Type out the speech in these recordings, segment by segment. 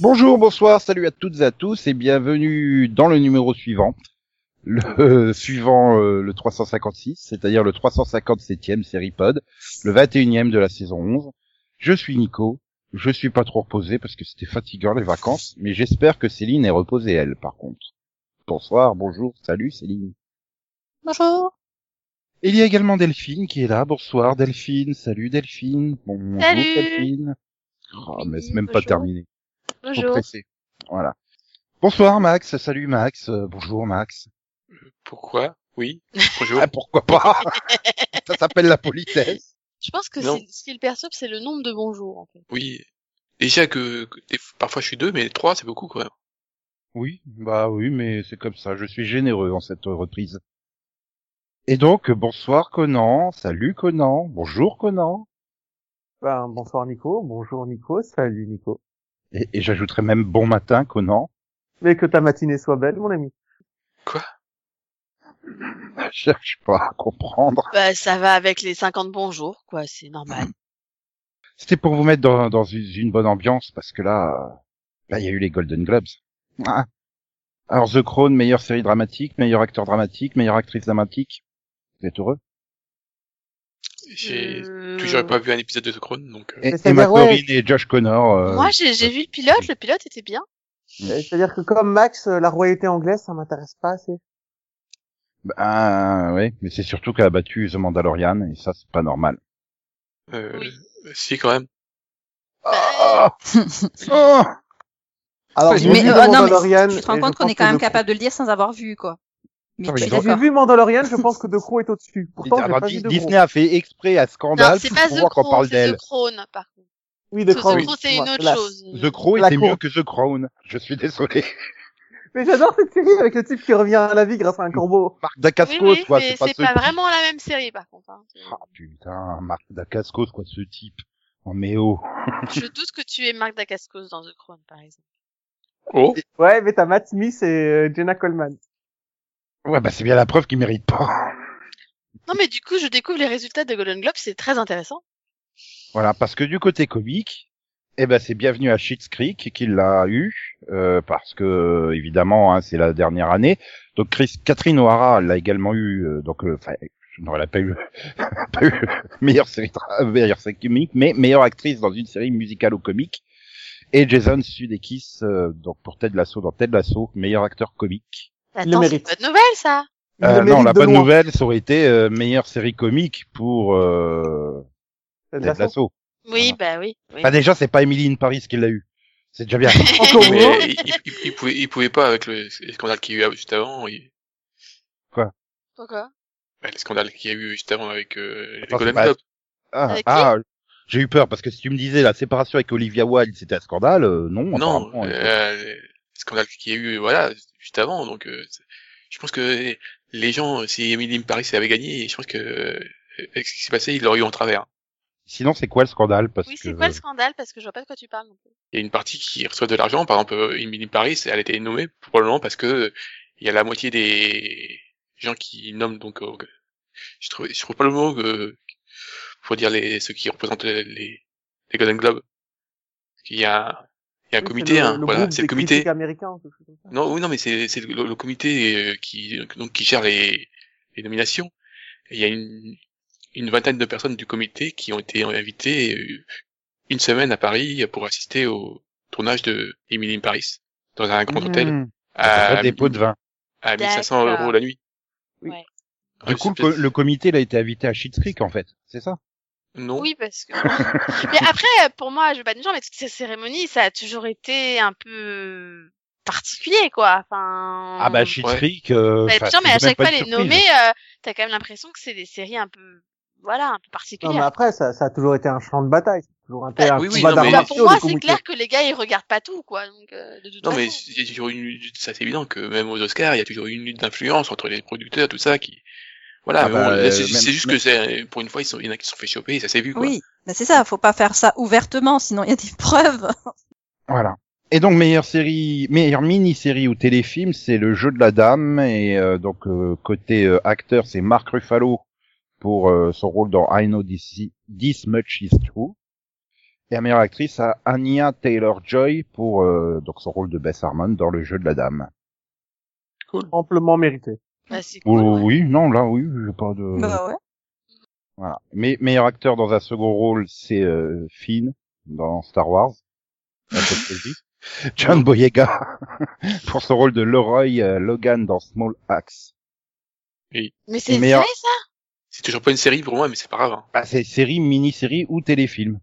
Bonjour, bonsoir, salut à toutes et à tous et bienvenue dans le numéro suivant, le euh, suivant euh, le 356, c'est-à-dire le 357e série pod, le 21e de la saison 11. Je suis Nico, je suis pas trop reposé parce que c'était fatigant les vacances, mais j'espère que Céline est reposée elle par contre. Bonsoir, bonjour, salut Céline. Bonjour. Il y a également Delphine qui est là, bonsoir Delphine, salut Delphine, bonjour Salut. Delphine. Oh, mais c'est même pas Bonjour. terminé. Trop pressé. Voilà. Bonsoir Max, salut Max, euh, bonjour Max. Pourquoi Oui. Bonjour. Ah, pourquoi pas Ça s'appelle la politesse. Je pense que Non. c'est- ce qu'il perçoit, c'est le nombre de bonjours. En fait. oui. Déjà que, que des- parfois je suis deux, mais trois c'est beaucoup quand même. Oui, bah oui, mais c'est comme ça, je suis généreux en cette reprise. Et donc, bonsoir Conan, salut Conan, bonjour Conan. Bah, Ben, bonsoir Nico, bonjour Nico, salut Nico. Et, et j'ajouterai même bon matin Conan. Mais que ta matinée soit belle, mon ami. Je cherche pas à comprendre. Bah, ça va avec les 50 bonjours, quoi. C'est normal. C'était pour vous mettre dans, dans une une bonne ambiance, parce que là, euh, là, il y a eu les Golden Globes. Ah. Alors, The Crown, meilleure série dramatique, meilleur acteur dramatique, meilleure actrice dramatique. Vous êtes heureux? J'ai Euh, toujours pas vu un épisode de The Crown, donc. euh, Et, Mais et c'est-à-dire, ouais. Corrine et Josh Connor. euh, Moi, j'ai j'ai vu le pilote. Le pilote était bien. Euh, C'est-à-dire que comme Max, euh, la royauté anglaise, ça m'intéresse pas assez. bah, ouais, mais c'est surtout qu'elle a battu The Mandalorian, et ça, c'est pas normal. euh, Oui. Si quand même. Oh, Ah Ah Alors, Mais- j'ai vu euh, The non, mais Mandalorian, Tu te rends et compte je qu'on pense est quand que même The- capable de le dire sans avoir vu, quoi. Mais Attends, tu es ils ont- J'ai d'accord. vu Mandalorian, je pense que De Crow est au-dessus. Pourtant, j'ai Alors, pas Di- vu De Crow. Ah, Disney a fait exprès à Non, scandale c'est pour pas The pouvoir qu'on Crown, parle c'est The d'elle. Crown, par contre. Oui, The The Crow, Crown, oui. c'est une Voilà. autre chose. The Crow La était cour. mieux que The Crown. Je suis désolé. Mais j'adore cette série avec le type qui revient à la vie grâce à un corbeau. Marc Oui, Dacascos, oui, quoi. mais C'est c'est ceux pas qui- vraiment la même série, par contre. hein. Ah, putain, Marc Dacascos, quoi, ce type. oh. En méo. Je doute que tu aies Marc Dacascos dans The Crown, par exemple. Oh. Ouais, mais t'as Matt Smith et euh, Jenna Coleman. Ouais, bah, c'est bien la preuve qu'il mérite pas. Non, mais du coup, je découvre les résultats de Golden Globe. C'est très intéressant. Voilà, parce que du côté comique, eh ben c'est bienvenu à Schitt's Creek qu'il l'a eu, euh, parce que euh, évidemment hein, c'est la dernière année. Donc Chris, Catherine O'Hara l'a également eu, euh, donc euh, enfin je n'aurais pas eu, pas eu meilleure série dra- meilleure série comique, mais meilleure actrice dans une série musicale ou comique. Et Jason Sudeikis euh, donc pour Ted Lasso dans Ted Lasso meilleur acteur comique. le Attends, c'est une mérite. bonne nouvelle, ça. Il Euh, le non mérite la de bonne loin. nouvelle ça aurait été euh, meilleure série comique pour euh, Ted Ted Lasso. Lasso. Oui, bah oui. oui. Bah déjà, c'est pas Emily in Paris qui l'a eu. C'est déjà bien. Encore moins. Mais il, il, il pouvait, il pouvait pas avec le les scandales qu'il y a eu juste avant. il- Pourquoi bah, les scandales qu'il y a eu juste avant avec euh, les Attends, Golden c'est pas- Globes. Ah, Avec Euh, qui ah, j'ai eu peur parce que si tu me disais la séparation avec Olivia Wilde, c'était un scandale, euh, non, Non, apparemment, euh, elle- les scandales qu'il y a eu, voilà, juste avant. Donc, euh, c'est- je pense que les gens, si Emily in Paris avait gagné, je pense que euh, avec ce qui s'est passé, ils l'auraient eu en travers. Sinon, c'est quoi le scandale parce Oui, que euh, c'est quoi le scandale Parce que je vois pas de quoi tu parles. non plus. il y a une partie qui reçoit de l'argent. Par exemple, euh, Emily in Paris, elle a été nommée probablement parce que euh, il y a la moitié des gens qui nomment donc. au- je trouve, je trouve pas le mot euh, pour dire les ceux qui représentent les, les, les Golden Globes. Il y a, il y a un Oui, comité, c'est le- hein, le voilà, groupe c'est le des comité. critiques américains, quelque chose comme ça. Non, oui, non, mais c'est c'est le, le comité euh, qui donc qui gère les, les nominations. Et il y a une, une vingtaine de personnes du comité qui ont été invitées euh, une semaine à Paris pour assister au tournage de Emily in Paris dans Hmm. un grand hôtel Mmh. Ça Euh, à, fait des pots de vin. à 1500 euros la nuit. Oui. Ouais. Du Ouais, coup, c'est le, peut-être- le comité, il a été invité à Schitt's Creek, en fait. C'est ça? non. Oui, parce que. mais après, pour moi, je vais pas dire, mais toutes ces cérémonies, ça a toujours été un peu particulier, quoi. Enfin. Ah, bah, Schitt's Ouais. Creek, euh, bah, enfin, bien, mais c'est à même chaque pas fois, une les surprise. nommés, euh, t'as quand même l'impression que c'est des séries un peu, voilà, un peu Non, mais particulières. après, ça, ça a toujours été un champ de bataille. C'est toujours un, Bah, un oui, oui, combat non, mais- Bah, d'arts pour martiaux, moi, le c'est comité. clair que les gars, ils regardent pas tout, quoi. Donc, euh, de toute Non, mais façon. il y a toujours une lutte, ça c'est évident que même aux Oscars, il y a toujours une lutte d'influence entre les producteurs, tout ça, qui Voilà, Ah mais bah, bon, là, euh, c'est même- c'est juste que c'est, pour une fois, ils sont, il y en a qui se sont fait choper et ça s'est vu, quoi. Oui, bah c'est ça, faut pas faire ça ouvertement, sinon il y a des preuves. Voilà. Et donc meilleure série, meilleure mini-série ou téléfilm, c'est le jeu de la dame et euh, donc euh, côté euh, acteur, c'est Mark Ruffalo pour euh, son rôle dans I Know This, This Much Is True. Et la meilleure actrice, à Anya Taylor-Joy pour euh, donc son rôle de Bess Harmon dans le jeu de la dame. Amplement mérité. Bah, c'est Oh, cool. ouais. Oui, non, là, oui, j'ai pas de. Bah ouais. Voilà. Mais meilleur acteur dans un second rôle, c'est euh, Finn dans Star Wars. La trilogie. John Boyega pour son rôle de Leroy euh, Logan dans Small Axe. Mais c'est meilleur- vrai, ça C'est toujours pas une série pour moi, mais c'est pas grave. hein. Bah, c'est série, mini-série ou téléfilm.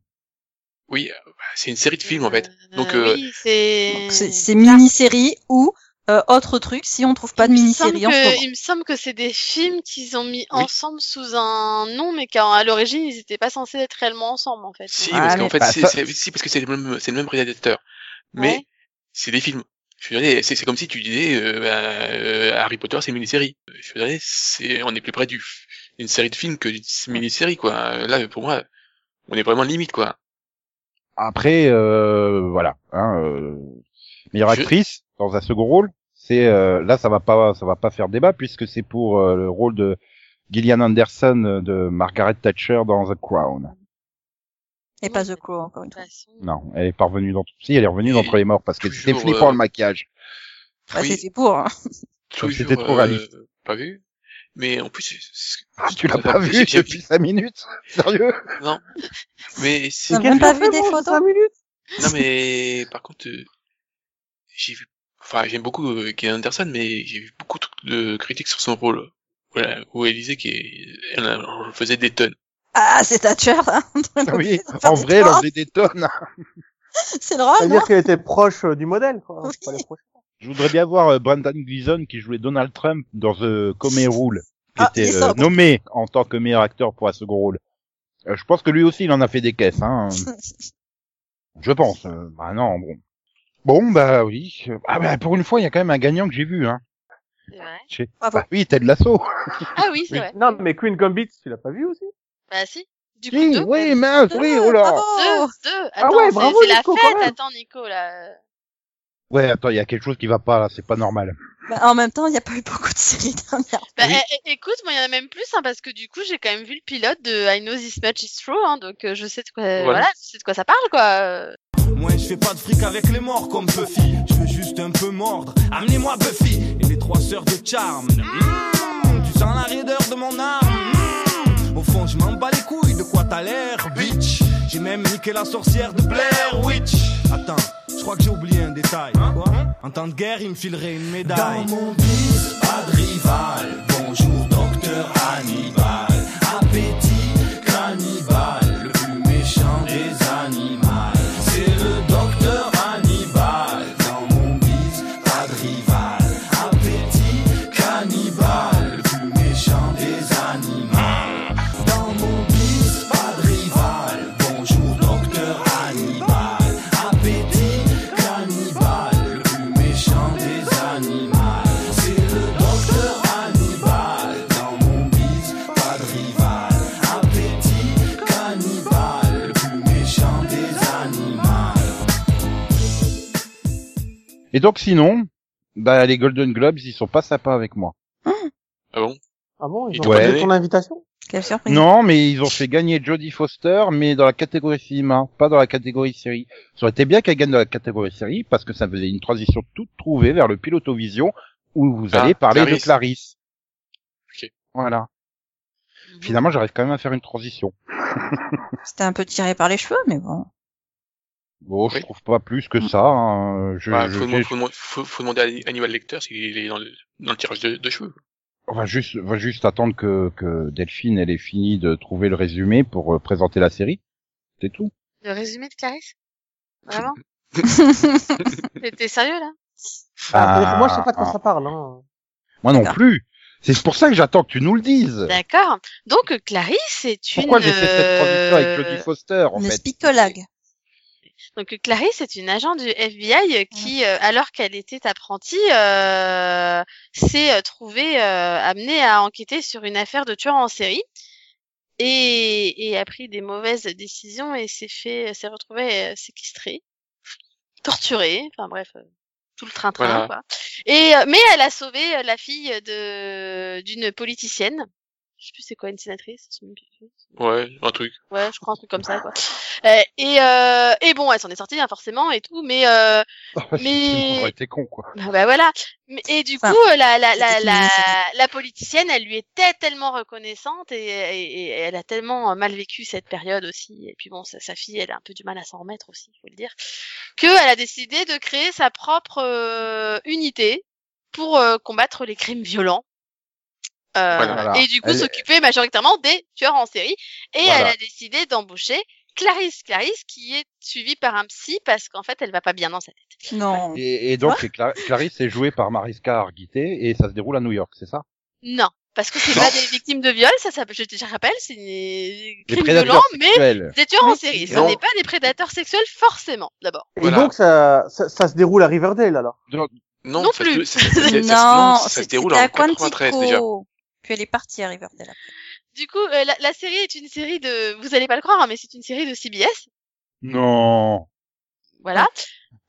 Oui, euh, bah, c'est une série de films, en fait. Donc, Euh, euh, oui, c'est... Donc c'est- c'est mini-série ou euh, autre truc si on trouve pas de Il me semble mini-série en que- ce moment. Il me semble que c'est des films qu'ils ont mis ensemble sous un nom, mais qu'à l'origine, ils n'étaient pas censés être réellement ensemble, en fait. Si, Ah, parce mais- qu'en fait, Bah, c'est, ça- c'est- si, parce que c'est le même, c'est le même réalisateur. Mais Ouais. c'est des films. Je suis désolé, c'est, c'est comme si tu disais, euh, bah, euh, Harry Potter, c'est une mini-série. Je suis désolé, c'est, on est plus près du, f- d'une série de films que d'une mini-série, quoi. Là, pour moi, on est vraiment limite, quoi. Après, euh, voilà. Hein, euh, meilleure Je- actrice dans un second rôle, c'est euh, là, ça va pas, ça va pas faire débat puisque c'est pour euh, le rôle de Gillian Anderson euh, de Margaret Thatcher dans The Crown. Et pas The Crow encore une De fois. toute façon, Non, elle est pas revenue dans si, elle est revenue d'entre les morts parce que c'était Toujours, flippant euh, le maquillage. Bah, Oui, c'est fait pour. hein. comme toujours, c'était trop réaliste. euh, pas vu. Mais en plus, c'est- c'est- Ah, tu l'as ça- pas vu j'ai- j'ai- depuis 5 minutes Sérieux Mais c'est, Ah, Non, même pas vu des photos. 5 minutes. non mais, par contre, euh, j'ai vu, enfin, j'aime beaucoup euh, Gillian Anderson, mais j'ai vu beaucoup de de critiques sur son rôle. Voilà, où elle disait qu'elle en faisait des tonnes. Ah, c'est Thatcher. hein. Ah Oui, C'est pas en vrai, elle en toi. faisait des tonnes. c'est drôle, non C'est-à-dire qu'elle était proche euh, du modèle, quoi. Ah, Oui. Pas les proches. Je voudrais bien voir euh, Brendan Gleeson qui jouait Donald Trump dans The Comey Rule, qui Ah, il était est euh, sobre. nommé en tant que meilleur acteur pour un second rôle. Euh, je pense que lui aussi, il en a fait des caisses, hein. Je pense. euh, bah non, bon. Bon, bah oui. Ah bah pour une fois, il y a quand même un gagnant que j'ai vu, hein. c'est vrai. J'ai- Bravo. Bah oui, Ted Lasso. Ah oui, c'est Oui. vrai. Non, mais Queen Gambit, tu l'as pas vu aussi Bah si. Du coup, Oui, deux. oui, mince, oui, oh là. Ah, Bravo. Deux, deux. Attends, Oh Ah ouais, c'est- bravo, c'est la Nico, quand fête. même. Attends, Nico, là. Ouais, attends, il y a quelque chose qui va pas là, c'est pas normal. Bah, en même temps, il n'y a pas eu beaucoup de séries dernières. Bah, Oui. eh, eh, écoute, moi, il y en a même plus, hein, parce que du coup, j'ai quand même vu le pilote de I Know This Match Is True, hein, donc euh, je sais de quoi, voilà, je sais de quoi ça parle, quoi. Moi je fais pas de fric avec les morts comme Buffy Je veux juste un peu mordre Amenez-moi Buffy et les trois sœurs de Charme Mmh, Tu sens la raideur de mon arme Mmh, Au fond je m'en bats les couilles de quoi t'as l'air bitch J'ai même niqué la sorcière de Blair Witch Attends je crois que j'ai oublié un détail Quoi En temps de guerre il me filerait une médaille Hein Dans mon bis pas de rival Bonjour docteur Hannibal Appétit cannibale Le plus méchant des animaux c'est le docteur Hannibal Dans mon bis, pas de rival Appétit cannibale Le plus méchant des animaux Dans mon bis, pas de rival Bonjour docteur Hannibal Appétit cannibale Le plus méchant des animaux C'est le docteur Hannibal Dans mon bis, pas de rival Appétit cannibale Le plus méchant des animaux Et donc sinon, bah les Golden Globes, ils sont pas sympas avec moi. Ah bon? Ah bon Ils Ils ont t'ont pas pas donné donné ton invitation Quelle surprise. Non, mais ils ont fait gagner Jodie Foster, mais dans la catégorie cinéma, pas dans la catégorie série. Ça aurait été bien qu'elle gagne dans la catégorie série, parce que ça faisait une transition toute trouvée vers le pilotovision, où vous Ah, allez parler de Clarisse. Clarisse. Ok. Voilà. Finalement, j'arrive quand même à faire une transition. C'était un peu tiré par les cheveux, mais bon. Bon, je Oui. Mm. trouve pas plus que ça. hein. Je, Bah, je- faut, demander- je- faut demander- faut- faut demander à Animal Lecter s'il est dans le, dans le tirage de, de cheveux. on va juste, on va juste attendre que, que Delphine elle ait fini de trouver le résumé pour euh, présenter la série. C'est tout. Le résumé de Clarisse Vraiment T'es- T'es sérieux, là Ah, c'est-à-dire que Moi, je Ah, sais pas de quoi ah. ça parle. Hein. Moi non D'accord. plus. C'est pour ça que j'attends que tu nous le dises. Bah, D'accord. Donc, euh, Clarisse, c'est une... Pourquoi j'ai fait cette transition avec euh, Jodie Foster en Une fait spicolague. Donc euh, Clarisse est une agent du FBI euh, qui, euh, alors qu'elle était apprentie, euh, s'est euh, trouvée euh, amenée à enquêter sur une affaire de tueur en série et, et a pris des mauvaises décisions et s'est fait, s'est retrouvée euh, séquestrée, torturée, enfin bref, euh, tout le train-train Voilà. quoi. Et euh, mais elle a sauvé euh, la fille de d'une politicienne. Je sais plus c'est quoi une sénatrice. je sais même plus. Ouais, un truc. Ouais, je crois un truc comme ça quoi. Euh, et euh, et bon, elle s'en est sortie hein, forcément et tout, mais euh, Mais- J'aurais été con, quoi. bah, bah voilà. Mais- Et du Enfin, coup, euh, la la la c'était une la, initiative. la politicienne, elle lui était tellement reconnaissante et, et, et elle a tellement euh, mal vécu cette période aussi. Et puis bon, sa, sa fille, elle a un peu du mal à s'en remettre aussi, faut le dire, que elle a décidé de créer sa propre euh, unité pour euh, combattre les crimes violents. Euh, Voilà. Et du coup, Elle- s'occuper majoritairement des tueurs en série. Et Voilà. elle a décidé d'embaucher Clarisse, Clarisse qui est suivie par un psy parce qu'en fait, elle va pas bien dans sa tête. Non. Et, et donc, c'est Cla- Clarisse est jouée par Mariska Hargitay et ça se déroule à New York, c'est ça Non, parce que c'est Non. pas des victimes de viol, ça, ça je te je rappelle, c'est des Les crimes prédateurs violents, mais sexuels. des tueurs en Oui, série. Ce non. n'est pas des prédateurs sexuels forcément, d'abord. Et Voilà. donc, ça, ça, ça se déroule à Riverdale, alors. Non, Non ça, plus. se- ça- ça- ça- ça- non, non, ça se c'est- déroule c'était en à Quantico. 93 déjà. Puis elle est partie à Riverdale. après. Du coup, euh, la, la série est une série de, vous allez pas le croire, hein, mais c'est une série de CBS, Non. voilà.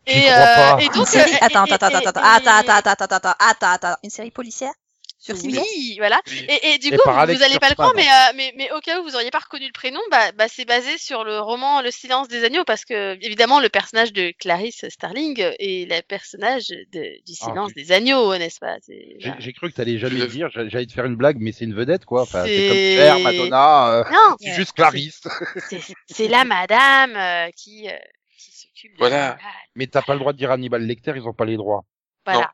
J'y crois pas. et Une donc, série. euh, Attends, et- et- attends, attends, et- attends, attends, attends, attends, attends, attends, attends, attends. Une série policière sur CBS. Oui, voilà. Et, et du Et coup, vous, par vous Alex allez pas le Kurtzman. croire, mais, euh, mais, mais au cas où vous auriez pas reconnu le prénom, bah, bah, c'est basé sur le roman Le silence des agneaux, parce que évidemment le personnage de Clarice Starling est le personnage de, du silence des agneaux, n'est-ce pas C'est- J'ai voilà. j'ai cru que t'allais jamais Je- le dire, j'a- j'allais te faire une blague, mais c'est une vedette, quoi. Enfin, c'est comme C'est- Cher, Madonna, euh, Non, c'est juste Clarisse. c'est- c'est la madame euh, qui, euh, qui s'occupe de Voilà. Mais t'as pas le droit de dire Hannibal Lecter, ils ont pas les droits. Voilà. Non.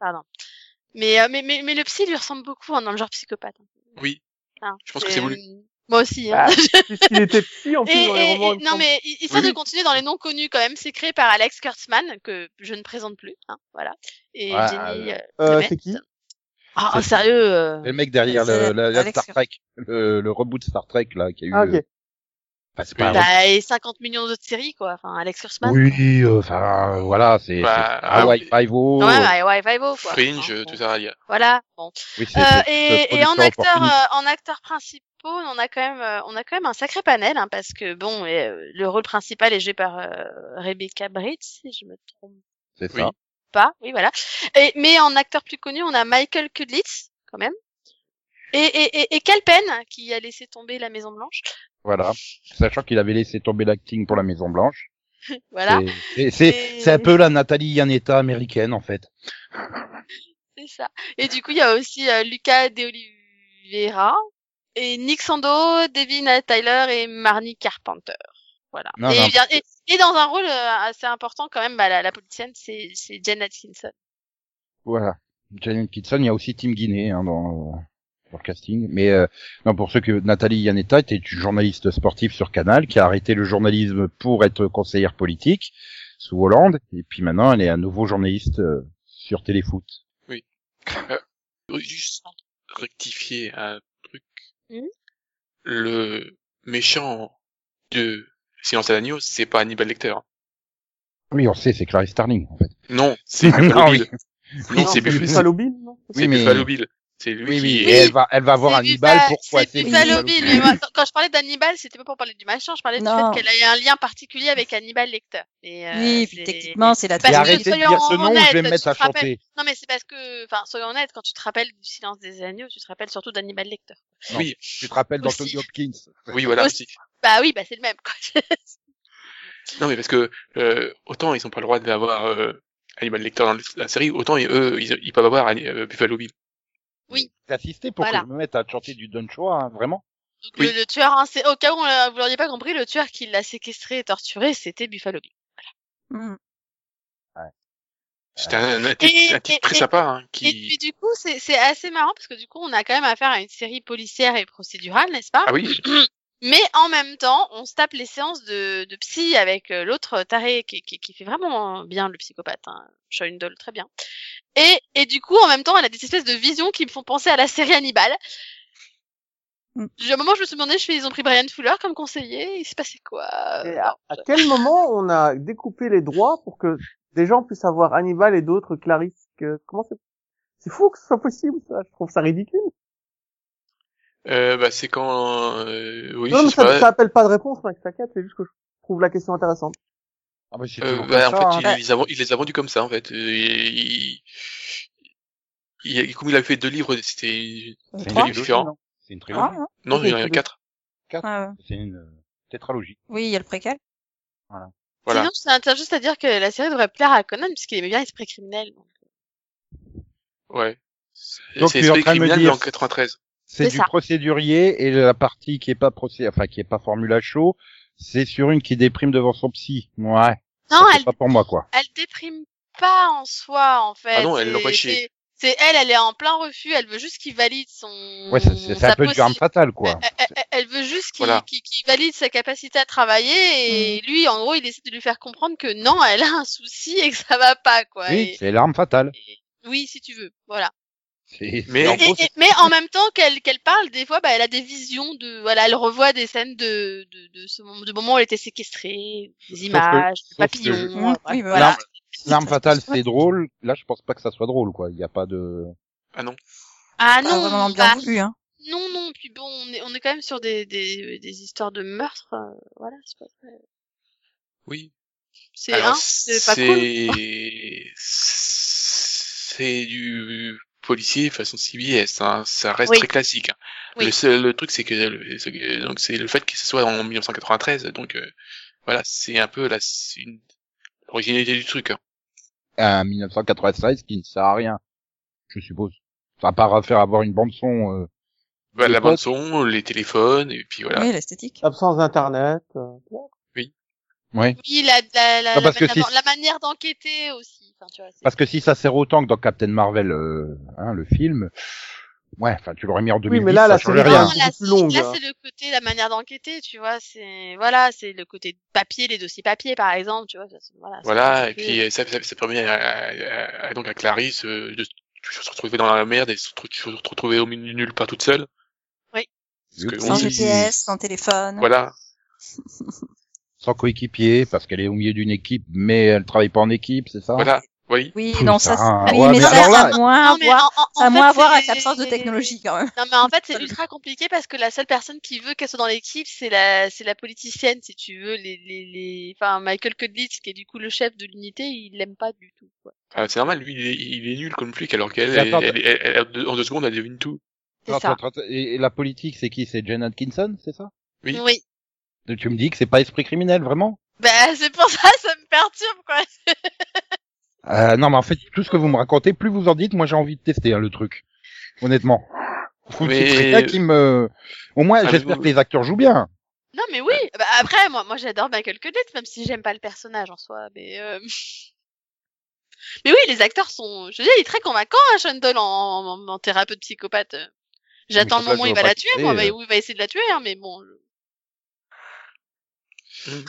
Pardon. Mais, euh, mais, mais, mais le psy lui ressemble beaucoup hein, dans le genre psychopathe. Oui, Hein, Je pense que c'est voulu. Moi aussi. hein. Ah, Puisqu'il était psy, en plus, Et- dans et- les romans. et- il me non semble. mais hi- histoire Oui, de oui. continuer dans les noms connus quand même, c'est créé par Alex Kurtzman que je ne présente plus, hein, voilà. Et Ouais, Jenny. euh, Euh, Clement. c'est qui Ah C'est- sérieux. euh, Et le mec derrière C'est le, la, la Alex Star Trek, le, le reboot Star Trek, là, qui a eu. euh, Ah, ok. Enfin, c'est pas un Bah, et 50 millions d'autres séries quoi. Enfin Alex Kurtzman. Oui, euh, enfin euh, voilà, c'est Bah, c'est Hawaii Five-O. Quand même, ah ouais, ouais, Five O, quoi. Fringe, Hein, euh, bon. tout ça à lire. Voilà. Bon. Oui, c'est- Euh, c'est- c'est et, et en producteur acteurs, opportuniste. euh, en acteurs principaux, on a quand même, euh, on a quand même un sacré panel, hein, parce que bon, euh, le rôle principal est joué par euh, Rebecca Britt, si je me trompe C'est oui. ça. pas, euh, oui voilà. Et, mais en acteur plus connu, on a Michael Kudlitz quand même. Et, et, et, et Calpen qui a laissé tomber la Maison Blanche. Voilà. Sachant qu'il avait laissé tomber l'acting pour la Maison Blanche. Voilà, C'est- C'est c'est- Et- c'est un peu la Nathalie Yaneta américaine en fait. c'est ça. Et du coup, il y a aussi euh, Lucas De Oliveira et Nick Sando, Devin Tyler et Marnie Carpenter. Voilà. Non, et, non. bien- et, et dans un rôle euh, assez important quand même, bah, la, la politicienne, c'est c'est Jen Atkinson. Voilà. Jalen Kitson, il y a aussi Tim Guinée hein, dans dans le casting. Mais euh, non, pour ceux que Nathalie Yaneta était une journaliste sportive sur Canal qui a arrêté le journalisme pour être conseillère politique sous Hollande et puis maintenant elle est à nouveau journaliste euh, sur Téléfoot. Oui, Juste rectifier un truc. Mhm. Le méchant de Silence à l'agneau, c'est pas Hannibal Lecter. Oui, on sait, c'est Clarice Starling en fait. Non, c'est Non, Buffalo oui. Bill. Non, Non, c'est Buffalo Buffalo- Buffalo Bill, non Oui, c'est mais- Buffalo Bill. C'est lui Oui, oui, qui et est... elle va, elle va avoir C'est Hannibal Buffalo- pour coiffer C'est Buffalo Buffalo Bill. Bill. Mais moi, quand- quand je parlais d'Hannibal, c'était pas pour parler du machin, je parlais Non. du fait qu'elle ait un lien particulier avec Hannibal Lecter. Et, euh, Oui, puis c'est- techniquement, c'est la Parce Et que trilogie. arrêtez de soyons dire ce nom, je vais honnêtes, me mettre tu à te rappelles- chanter. Non, mais c'est parce que, enfin, soyons honnêtes, quand tu te rappelles du silence des agneaux, tu te rappelles surtout d'Hannibal Lecter. Oui, Tu te rappelles Aussi. d'Anthony Hopkins. oui, voilà. Aussi. Bah oui, bah c'est le même, quoi. Non, mais parce que euh, autant ils ont pas le droit d'avoir euh, Hannibal Lecter dans la série, autant ils- eux, ils, ils peuvent avoir euh, Buffalo Bill. T'as assisté pour Voilà. que je me mette à chanter du Don Choa, hein, vraiment. Donc, Oui. le, le tueur, hein, c'est, au cas où on l'a- vous l'auriez pas compris, le tueur qui l'a séquestré et torturé, c'était Buffalo Bill. Hmm. C'était un, un, titre, un titre et- très et- sympa, hein, Et qui... puis, du coup, c'est, c'est assez marrant parce que du coup, on a quand même affaire à une série policière et procédurale, n'est-ce pas? Ah oui, Mais en même temps, on se tape les séances de, de psy avec euh, l'autre taré qui, qui, qui fait vraiment bien le psychopathe, hein. Shaun Doll, très bien. Et, et du coup, en même temps, elle a des espèces de visions qui me font penser à la série Hannibal. J'ai- À un moment, je me suis demandé, je fais, ils ont pris Brian Fuller comme conseiller, il s'est passé quoi euh, Et à, à quel moment on a découpé les droits pour que des gens puissent avoir Hannibal et d'autres Clarisse que... Comment c'est C'est fou que ce soit possible, ça. Je trouve ça ridicule. Euh, bah, c'est quand, euh, oui, non, je mais sais ça, pas. ça appelle pas de réponse, Max Sackett. C'est juste que je trouve la question intéressante. Ah bah, c'est Euh, toujours bah, comme en ça, fait, hein. il, les a, vend- il les a vendus comme ça, en fait. Euh, il, il- il- comme il a fait deux livres, c'était, Euh, C'est trois une livres différents. trilogie, non C'est une Trois, trilogie. hein non, il y en Oui, a c'est quatre. Ah, ouais. C'est une euh, tétralogie. Oui, il y a le préquel. Voilà. Sinon, ça intéresse juste à dire que la série devrait plaire à Conan, puisqu'il aimait bien l'esprit criminel. Ouais. Donc, C'est tu es en Esprit train de me criminel dire- en 93. C'est C'est du ça. procédurier et la partie qui est pas procé, enfin qui est pas formula chaud, c'est sur une qui déprime devant son psy. Ouais. Non, c'est elle, pas pour moi quoi. elle déprime pas en soi, en fait. Ah non, elle C'est- l'envoie chier. c'est- C'est elle, elle est en plein refus, elle veut juste qu'il valide son... Ouais, c'est- c'est c'est sa un peu du arme possi- fatale quoi. Elle, elle- elle veut juste qu'il Voilà. qu'il- qu'il valide sa capacité à travailler Mmh. et lui, en gros, il essaie de lui faire comprendre que non, elle a un souci et que ça va pas, quoi. Oui, Et- c'est l'arme fatale. oui si tu veux, voilà. C'est- c'est- Mais- en Et- gros, et- mais en même temps qu'elle qu'elle parle, des fois, bah, elle a des visions de, voilà, elle revoit des scènes de de, de ce moment, du moment où elle était séquestrée, des que- images, des sauf papillons. que- Mmh, bref. oui, mais voilà. L'arme fatale, Ouais. c'est drôle. Là, je pense pas que ça soit drôle, quoi. Il n'y a pas de. Ah non. Ah Pas non, vraiment bah, bien voulu, hein. non, non. Puis bon, on est on est quand même sur des des, des histoires de meurtre, euh, voilà. c'est pas- Oui. C'est Alors, un, c'est pas cool. c'est, c'est du policier façon CBS, hein. Ça reste Oui. très classique. hein. Oui. Le, seul- le truc, c'est que, le- c'est que- donc, c'est le fait que ce soit en 1993, donc, euh, voilà, c'est un peu la, c'est une- l'originalité du truc, hein. Un 1996 qui ne sert à rien. Je suppose. Ça part à faire avoir une bande son. euh, Bah, Le la pote. bande son, les téléphones, et puis voilà. Oui, l'esthétique. Absence d'internet. euh, Ouais. Oui, la la la, Non, parce la- que la- si- la manière d'enquêter aussi. Enfin, tu vois, c'est- Parce que si ça sert autant que dans Captain Marvel, euh, hein, le film. Ouais, enfin, tu l'aurais mis en 2010, mais là, ça la changerait série, rien. hein. là, beaucoup plus longue, là, hein. c'est le côté la manière d'enquêter, tu vois, c'est voilà, c'est le côté papier, les dossiers papier par exemple, tu vois, ça, c'est- voilà. c'est- Voilà, et c'est- puis euh, ça, ça, ça permet à, à- à- donc à Clarisse euh, de se se retrouver dans la merde et se retru- se retrouver au milieu de nulle part toute seule. Parce que Sans on- GPS, sans téléphone. Voilà. Sans coéquipier, parce qu'elle est au milieu d'une équipe, mais elle travaille pas en équipe, c'est ça Voilà. Oui. Oui, Putain, Ah, non, ça, c'est- oui, ouais, mais mais ça, alors ça là- a moins Non, à mais voir, en- en- en ça a fait, moins à voir avec c'est- l'absence de technologie, quand même. Non mais en fait c'est ultra compliqué parce que la seule personne qui veut qu'elle soit dans l'équipe c'est la c'est la politicienne si tu veux les les les enfin Michael Cudlitz qui est du coup le chef de l'unité il l'aime pas du tout quoi. Ah, c'est normal, lui, il est, il est nul comme flic, alors qu'elle, Mais elle, attends, elle- elle- elle- en deux- en deux secondes, elle devine tout. C'est Attends, ça. attends, attends. Et, et la politique, c'est qui C'est Jane Atkinson, c'est ça oui. Oui. Donc, Tu me dis que c'est pas esprit criminel, vraiment Bah c'est pour ça ça me perturbe quoi. euh, Non, mais en fait, tout ce que vous me racontez, plus vous en dites, moi j'ai envie de tester hein, le truc. Honnêtement. Faut que Mais- c'est quelqu'un qui me... Au moins, Ah, j'espère mais- que les acteurs jouent bien. Non mais oui. Bah, après moi moi j'adore Michael Cudlitz même si j'aime pas le personnage en soi mais euh... mais oui les acteurs sont je veux dire il est très convaincant hein, Sean Doyle en, en, en thérapeute psychopathe. J'attends le ça, je moment où il vois va pas la qui tuer c'est, moi bah, euh. où il va essayer de la tuer hein, mais bon.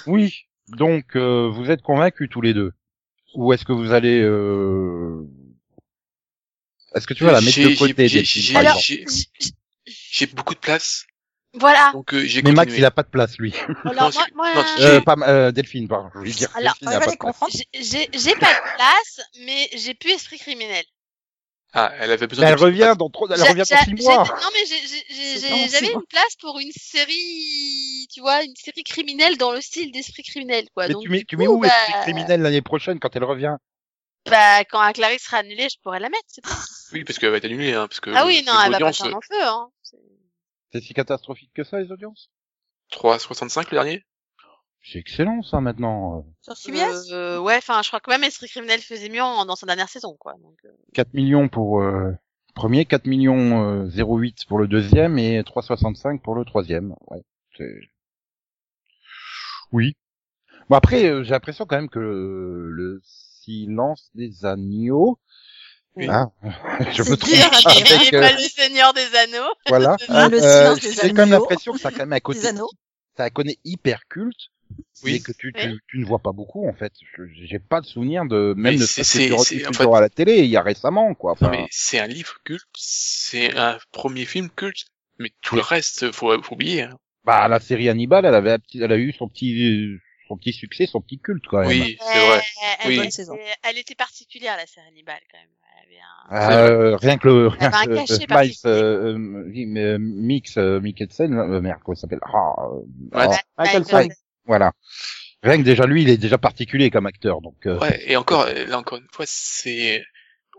Oui. Donc, euh, vous êtes convaincus tous les deux Ou est-ce que vous allez... Euh... Est-ce que tu vas la mettre J'ai- de côté, j'ai- Delphine, j'ai- par Alors- exemple j'ai- J'ai beaucoup de place, Voilà. donc euh, j'ai Mais continué. Max, il a pas de place, lui. Alors, Non, moi, c'est- moi, non, c'est- Euh, J'ai- pas, euh, Delphine, pardon. Je vais dire Alors, Delphine On a va pas les de place. comprendre. j'ai- j'ai j'ai pas de place, mais j'ai plus esprit criminel. Ah, elle avait Mais besoin elle de- revient dans trop, elle J'a- revient j'a- dans six j'ai- mois. Non, mais j'ai- j'ai- j'ai- C'est dans j'ai- six j'avais mois. une place pour une série, tu vois, une série criminelle dans le style d'esprit criminel, quoi. Mais Donc, tu mets, du tu mets coup, où bah, Esprit criminel l'année prochaine quand elle revient bah, quand la Clarisse sera annulée, je pourrais la mettre. c'est tout. Oui, parce qu'elle va être annulée, hein, parce que. ah oui, non, elle va l'audience, passer en feu, hein. C'est- C'est si catastrophique que ça les audiences 3,65 le dernier? C'est excellent ça maintenant. Sur CBS? Euh, ouais, enfin, je crois que même Esprit criminel faisait mieux en- dans sa dernière saison, quoi. Donc, euh, 4 millions pour euh, premier, 4 millions euh, 08 pour le deuxième et 3,65 pour le troisième. Ouais, c'est- oui. Bon après, euh, j'ai l'impression quand même que le, le silence des agneaux. Oui. Hein je C'est me dur Ah, trompe pas à dire. avec, il est euh, pas le Seigneur des Anneaux. voilà. Le Euh, silence des j'ai quand même agneaux. l'impression que ça a quand même un Des côté anneaux. ça connaît hyper culte, Oui. mais que tu, tu, tu ne vois pas beaucoup en fait. Je- J'ai pas de souvenir de même Mais de c'est- ça c'est- que c'est- tu en toujours à la télé il y a récemment quoi. Non, Enfin, mais c'est un livre culte, c'est un premier film culte. Mais tout le reste, faut, faut oublier. hein. Bah, la série Hannibal, elle avait, un petit- elle a eu son petit, son petit succès, son petit culte quand même. Oui, c'est vrai. Elle, Oui. Bonne saison. était, elle était particulière, la série Hannibal, quand même. Elle avait un- Euh, rien que le, rien Elle avait que un le- cachet Miles, particulier. euh, euh, oui, mais, euh, Mix, euh, Mikkelsen, euh, merde, comment il s'appelle Ah, euh, Ouais, ah, Michael Michael Shanks. Voilà. Rien que déjà lui, il est déjà particulier comme acteur, donc. euh, Ouais, et encore, euh, là encore une fois, c'est,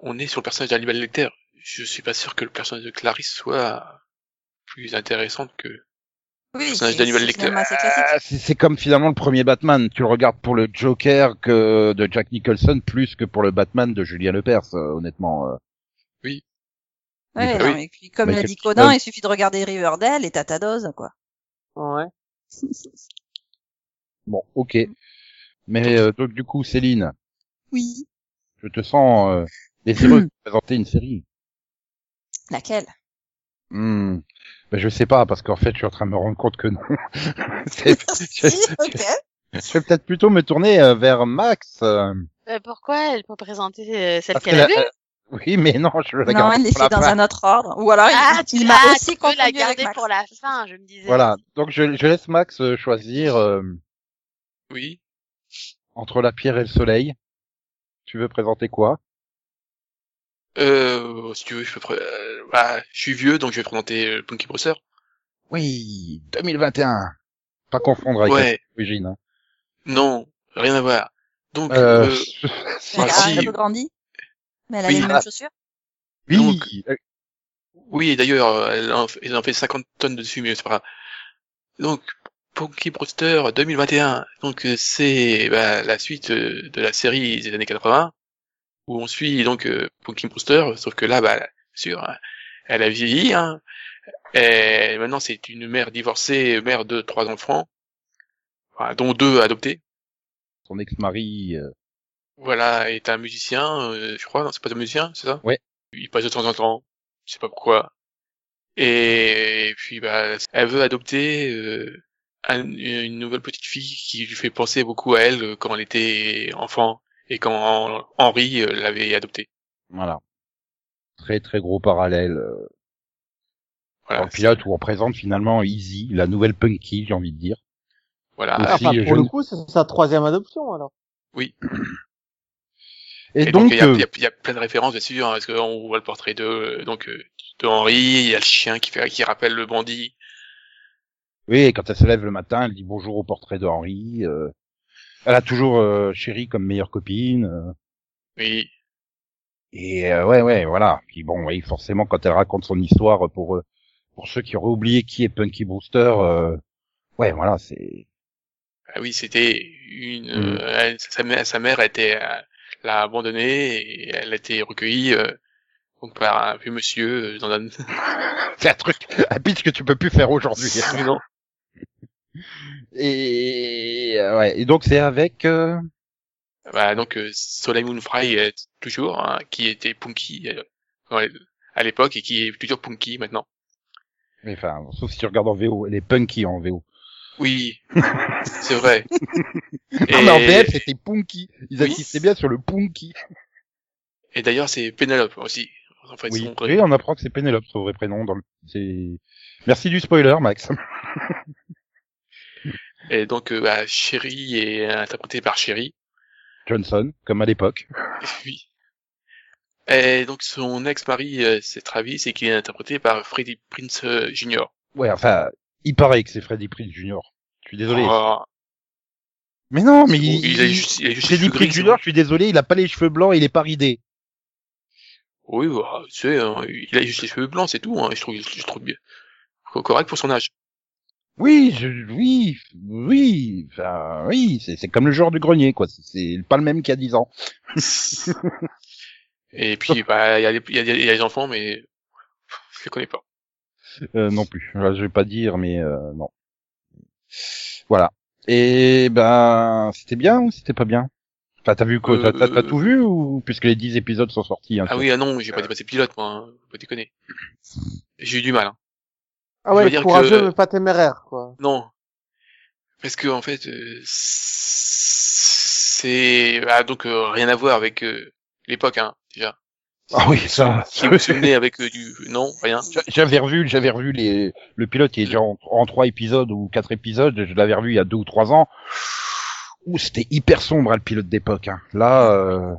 on est sur le personnage d'Hannibal Lecter. Je suis pas sûr que le personnage de Clarisse soit plus intéressant que le Oui, personnage c'est- d'Hannibal c'est Lecter. finalement assez classique. Ah, c'est c'est comme finalement le premier Batman. Tu le regardes pour le Joker que de Jack Nicholson plus que pour le Batman de Julien Lepers, euh, honnêtement. euh. Ouais, Bah non, oui. mais puis comme Bah, l'a quel- dit Codin, euh, il suffit de regarder Riverdale et t'as ta dose, quoi. Ouais. Bon, ok. Mais euh, donc du coup, Céline, Oui. je te sens euh, désireuse de présenter une série. Laquelle Hmm. Ben, je sais pas parce qu'en fait, je suis en train de me rendre compte que non. C'est- je, Si, ok. je vais peut-être plutôt me tourner euh, vers Max. euh, Euh, pourquoi elle peut présenter euh, celle parce qu'elle a que vue la- euh, oui, mais non, je le Non, garde elle les pour la fait dans fin. un autre ordre. Ou alors, il- Ah, tu, il ah, m'a tu aussi peux la confondu avec garder Max. pour la fin, je me disais. Voilà. Donc je, je laisse Max euh, choisir. euh, Oui. entre la pierre et le soleil. Tu veux présenter quoi Euh, si tu veux, je peux, pré- euh, bah, je suis vieux, donc je vais présenter euh, Punky Brewster. Oui, 2021. Pas confondre avec Ouais. l'origine. Hein. Non, rien à voir. Donc, Euh, euh, Elle Ah, a si. un peu grandi. Mais elle a Oui. les ah, mêmes chaussures. oui, donc- euh, oui, et d'ailleurs, euh, elle en fait- ils en fait 50 tonnes dessus, mais c'est pas grave. Donc, Punky Brewster 2021. Donc, euh, c'est bah, la suite euh, de la série des années 80, où on suit donc euh, Punky Brewster, sauf que là, bah, bien sûr, hein, elle a vieilli. Hein, et maintenant, c'est une mère divorcée, mère de trois enfants, enfin, dont deux adoptés. son ex-mari. euh, Voilà, est un musicien, euh, je crois, non, c'est pas un musicien, c'est ça? Ouais. Il passe de temps en temps, je sais pas pourquoi. Et puis, bah, elle veut adopter euh, un- une nouvelle petite fille qui lui fait penser beaucoup à elle euh, quand elle était enfant et quand Hen- Henri euh, l'avait adoptée. voilà. Très très gros parallèle. euh, dans Voilà, le pilote où on présente finalement Easy, la nouvelle Punky, j'ai envie de dire. voilà. Ah, Enfin, si, bah, pour je- le coup, c'est sa troisième adoption, alors. Et, Et donc, il y a, euh, il y a- il y a plein de références, bien sûr, hein, parce qu'on voit le portrait de, euh, donc, euh, de Henri, il y a le chien qui fait, qui rappelle le bandit. oui, quand elle se lève le matin, elle dit bonjour au portrait de Henri. euh, elle a toujours euh, Chérie comme meilleure copine. euh, Oui. Et euh, ouais, ouais, voilà. Puis bon, oui, forcément, quand elle raconte son histoire, euh, pour euh, pour ceux qui auraient oublié qui est Punky Brewster, euh, ouais, voilà, c'est Ah oui, c'était une. Mm. euh, elle- sa, mère, sa mère était euh, l'a abandonnée et elle a été recueillie euh, donc par un vieux monsieur euh, dans un. Oh, c'est un truc, un pitch que tu peux plus faire aujourd'hui. non. Et euh, ouais, et donc c'est avec euh, Bah, donc euh, Soleil Moon Fry euh, toujours, hein, qui était punky euh, quand elle- à l'époque et qui est toujours punky maintenant. mais enfin, sauf si tu regardes en VO, elle est Punky en VO. Oui, c'est vrai. et Ah, mais en VF, c'était Punky. Ils Oui. insistaient bien sur le Punky. et d'ailleurs, c'est Pénélope aussi. En fait, Oui. son vrai- oui, on apprend que c'est Pénélope son vrai prénom dans le. c'est- Merci du spoiler, Max. Et donc, euh, bah, Chérie est interprétée par Chérie. Johnson, comme à l'époque. Oui. Et donc son ex-mari, euh, c'est Travis, et qui est interprété par Freddie Prince euh, Jr. Ouais, enfin, il paraît que c'est Freddy Prinze Jr. Je suis désolé. Oh, Mais non, mais il, il, a juste, il a juste les Freddy cheveux Prinze gris, Jr. hein. Je suis désolé, il a pas les cheveux blancs, il est pas ridé. Oui, bah, tu sais, hein, il a juste les cheveux blancs, c'est tout. hein, je trouve, je trouve bien co- correct pour son âge. Oui, je, oui, oui, enfin, oui, c'est c'est comme le joueur du grenier, quoi. C'est- C'est pas le même qu'il y a 10 ans. Et puis, bah, il y a les, il y a, il y a les enfants, mais je les connais pas. Euh, non plus. Là, je vais pas dire, mais euh, non. Voilà. Et ben, c'était bien ou c'était pas bien Enfin, t'as vu quoi T'as- T'as t'as tout vu ou puisque les 10 épisodes sont sortis hein, Euh, Ah tu- oui, ah non, j'ai pas dépassé pilote, moi. Hein, faut pas déconner. J'ai eu du mal. hein. Ah Je veux ouais, dire courageux, que- mais pas téméraire, quoi. Non. Parce que en fait, euh, c'est ah, donc euh, rien à voir avec euh, l'époque hein, déjà. Ah oui, ça. Si vous vous souvenez avec euh, du... Non, rien. J'avais revu, j'avais revu les, le pilote qui est déjà en, en trois épisodes ou quatre épisodes. Je l'avais revu il y a deux ou trois ans. Ouh, c'était hyper sombre, hein, le pilote d'époque. hein. Là, euh,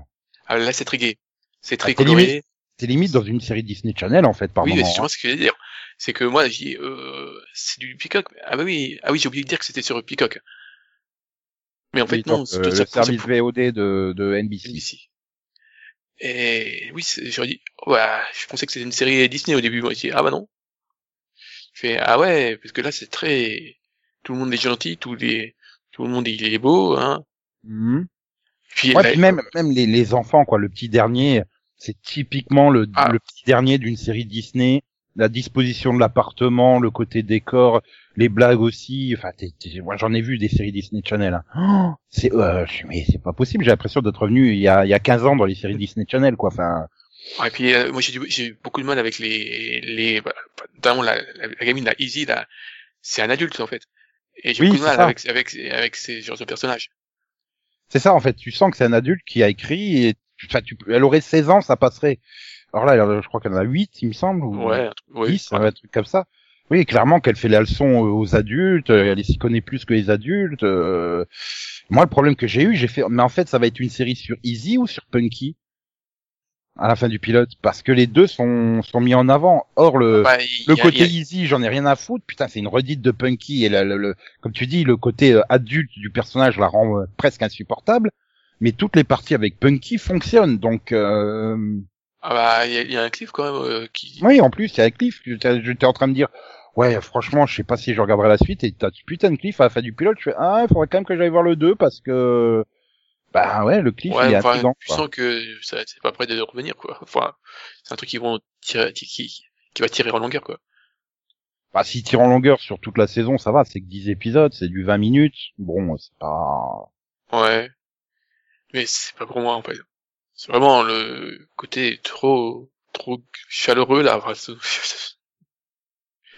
Ah, là, c'est trigué. C'est très Ah, t'es coloré. limite. c'est limite dans une série Disney Channel en fait par oui, mais moment. justement, hein. ce que j'allais dire, c'est que moi, j'ai, euh, c'est du Peacock. Ah bah oui, ah oui, j'ai oublié de dire que c'était sur Peacock. Mais en fait, Oui, non, donc, c'est euh, tout le ça pour ça service VOD de, de NBC. ici. Et oui, c'est- j'aurais dit, oh, bah, je pensais que c'était une série Disney au début, moi, j'ai dit, ah bah non. Je fais, ah ouais, parce que là, c'est très, tout le monde est gentil, tout les, tout le monde, il est beau, hein. Mhm. Puis, Ouais, là, puis même, même les, les enfants, quoi. Le petit dernier, c'est typiquement le, Ah. le petit dernier d'une série Disney. La disposition de l'appartement, le côté décor, les blagues aussi. Enfin, t'es- t'es- moi j'en ai vu des séries Disney Channel. hein. Oh, c'est, euh, je- mais c'est pas possible. J'ai l'impression d'être revenu il y a, il y a 15 ans dans les séries Disney Channel, quoi. Enfin, Ouais, et puis euh, moi j'ai du- j'ai eu beaucoup de mal avec les les bah, notamment la, la, la gamine la Easy là c'est un adulte en fait et j'ai Oui, beaucoup de c'est mal ça. avec avec avec ces genres de personnages c'est ça en fait. Tu sens que c'est un adulte qui a écrit. Et, enfin, tu, peux- elle aurait 16 ans, ça passerait. Alors là, elle en a- je crois qu'elle en a 8, il me semble. ou- ouais un truc- oui 10, un truc comme ça. Oui, clairement qu'elle fait les leçons euh, aux adultes, euh, elle s'y connaît plus que les adultes. euh. Moi, le problème que j'ai eu, j'ai fait, mais en fait, ça va être une série sur Easy ou sur Punky à la fin du pilote, parce que les deux sont sont mis en avant. Or le Bah, il- le il y a- côté il y a- Easy, j'en ai rien à foutre. Putain, c'est une redite de Punky et la- le, le- comme tu dis, le côté euh, adulte du personnage la rend euh, presque insupportable. Mais toutes les parties avec Punky fonctionnent, donc. euh, ah bah, il y a, il y a un cliff quand même euh, qui oui, en plus, c'est avec Cliff. J'étais j'étais en train de dire, ouais, franchement, je sais pas si je regarderai la suite. Et t'as ce putain de Cliff à la fin du pilote. Je fais, ah, il faudrait quand même que j'aille voir le 2 parce que, bah ouais, le Cliff, il est ouais enfin, intriguant. tu quoi. sens que ça c'est pas prêt de revenir quoi enfin c'est un truc qui vont tirer qui, qui qui va tirer en longueur quoi Bah, si tire en longueur sur toute la saison, ça va. C'est que 10 épisodes, c'est du 20 minutes. Bon, c'est pas... ouais mais c'est pas pour moi en fait c'est vraiment le côté trop trop chaleureux là Enfin, c'est-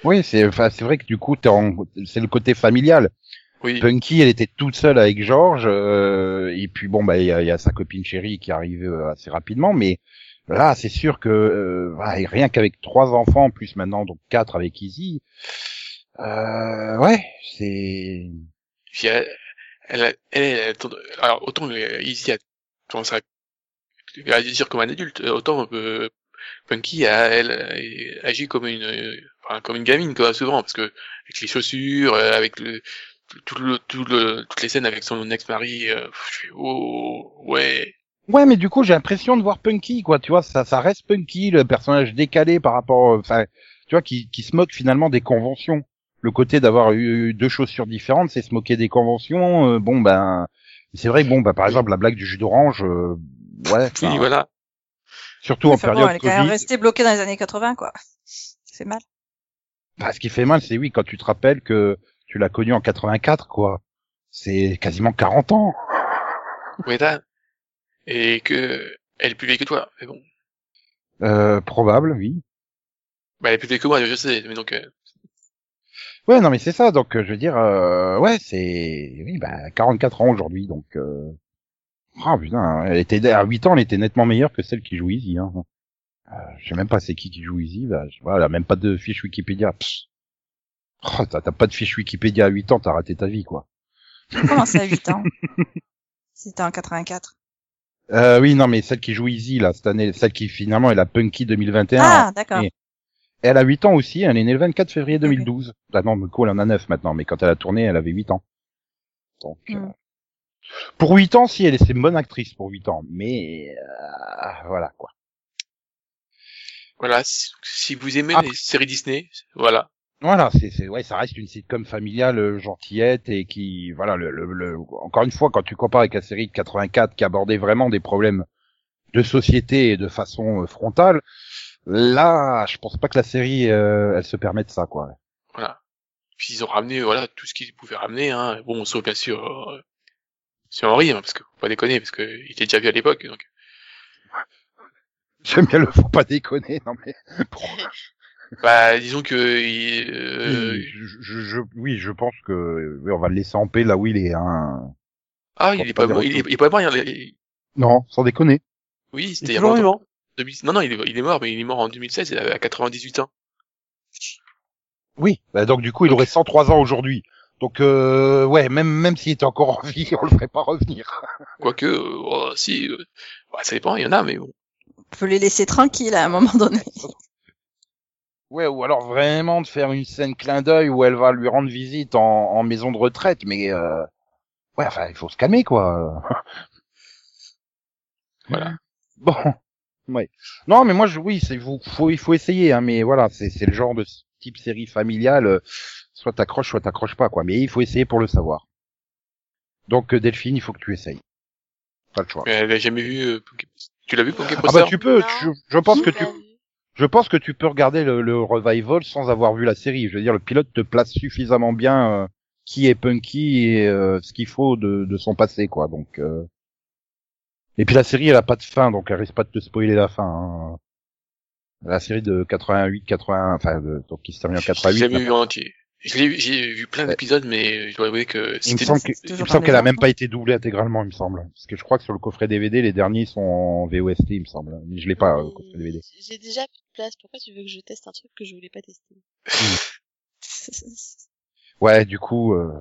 Oui, c'est, enfin, c'est vrai que du coup, t'es en... c'est le côté familial. oui Punky, elle était toute seule avec George, euh, et puis bon, bah il y a, il y a sa copine chérie qui arrive euh, assez rapidement, mais là, c'est sûr que euh, bah, et rien qu'avec trois enfants plus maintenant donc quatre avec Izzy, euh, ouais, c'est Puis elle, elle, a- elle, elle a tend- alors autant euh, Izzy a tendance à, à agir comme un adulte, euh, autant euh, Punky a, elle, euh, agit comme une, euh, enfin, comme une gamine quoi, souvent parce que avec les chaussures, euh, avec le tout- tout le, tout le, toutes les scènes avec son ex-mari, euh, pff, je fais oh ouais, ouais, mais du coup, j'ai l'impression de voir Punky, quoi, tu vois, ça, ça reste Punky, le personnage décalé par rapport, euh, enfin, tu vois, qui, qui se moque finalement des conventions. Le côté d'avoir eu deux chaussures différentes, c'est se moquer des conventions. euh, bon ben, c'est vrai, que, bon ben, par exemple la blague du jus d'orange, euh, ouais. oui enfin, voilà, Surtout en Enfin bon, période elle est quand même Covid. restée bloquée dans les années 80, quoi. C'est mal. Bah, ce qui fait mal, c'est oui, quand tu te rappelles que tu l'as connu en 84, quoi. C'est quasiment 40 ans. ouais t'as- et que elle est plus vieille que toi, mais bon, Euh, probable, oui. bah, elle est plus vieille que moi, je sais, mais donc euh, Ouais, non, mais c'est ça. Donc, euh, je veux dire, euh, ouais, c'est, oui, bah, 44 ans aujourd'hui, donc. Euh... Ah putain, elle était à 8 ans, elle était nettement meilleure que celle qui joue Easy. Hein. Euh, je sais même pas c'est qui qui joue Easy. Bah, je... voilà, elle a même pas de fiche Wikipédia. Pss. Oh, t'as t'as pas de fiche Wikipédia à 8 ans, t'as raté ta vie, quoi. Comment ça, à 8 ans C'était en 84. Euh, oui, non, mais celle qui joue Easy, là, cette année, celle qui, finalement, est la Punky 2021. Ah, d'accord. oui. Elle a 8 ans aussi, elle est née le 24 février 2012. Ah non, du coup, elle en a 9 maintenant, mais quand elle a tourné, elle avait 8 ans. Donc, euh, Mm. pour 8 ans, si, elle est, c'est une bonne actrice pour 8 ans, mais, euh, voilà, quoi. voilà, si, si vous aimez Après- les séries Disney, voilà, Voilà, c'est, c'est, ouais, ça reste une sitcom familiale euh, gentillette et qui, voilà, le, le, le- encore une fois, quand tu compares avec la série de 84 qui abordait vraiment des problèmes de société et de façon euh, frontale, là, je pense pas que la série, euh, elle se permette ça, quoi. Voilà. Puis ils ont ramené voilà tout ce qu'ils pouvaient ramener. Hein. Bon, sauf bien sûr euh, sur Henri, hein, parce que faut pas déconner, parce que il était déjà vu à l'époque. Donc J'aime bien le, faut pas déconner, non mais. bah disons que il, euh, je, je- je- oui, je pense que, oui, on va le laisser en paix là où il est, hein. ah il est pas Faut pas mort, dire il est, il est pas mort. il est- il- Non, sans déconner. Oui, Il c'était il est y a toujours longtemps. vivant. 2000 Non, non, il est, il est mort, mais il est mort en 2016, il avait à 98 ans. Oui, bah donc du coup, il aurait 103 ans aujourd'hui. Donc euh, ouais, même même s'il était encore en vie, on le ferait pas revenir. Quoique, euh, oh, si, euh, ouais, ça dépend, il y en a, mais bon. On peut les laisser tranquilles à un moment donné. Ouais, ou alors vraiment de faire une scène clin d'œil où elle va lui rendre visite en, en maison de retraite, mais euh, ouais, enfin, il faut se calmer quoi. Voilà. Bon, ouais. Non, mais moi, je, oui, c'est vous, faut, il faut essayer, hein, mais voilà, c'est c'est le genre de s- type série familiale, euh, soit t'accroches, soit t'accroches pas quoi, mais il faut essayer pour le savoir. Donc euh, Delphine, il faut que tu essayes. Pas le choix. Mais elle a jamais vu. euh, Poké- Tu l'as vu, Poké Ah bah tu peux, tu- je pense que tu Bah, oui. je pense que tu peux regarder le, le revival sans avoir vu la série. Je veux dire, le pilote te place suffisamment bien euh, qui est Punky et euh, ce qu'il faut de, de son passé, quoi. Donc. euh. Et puis la série, elle a pas de fin, donc elle risque pas de te spoiler la fin. hein. La série de 88, 80, enfin, de- donc qui se termine en euh, J'ai 88. jamais vu en entier. Je l'ai- J'ai vu plein d'épisodes, mais je dois avouer que Il me c'était. semble que- c'était il me toujours semble dans qu'elle les a même enfants. pas été doublée intégralement, il me semble. Parce que je crois que sur le coffret DVD, les derniers sont en VOST, il me semble. Mais je l'ai pas, euh, le coffret DVD. J'ai déjà plus de place. Pourquoi tu veux que je teste un truc que je voulais pas tester Ouais, du coup, euh,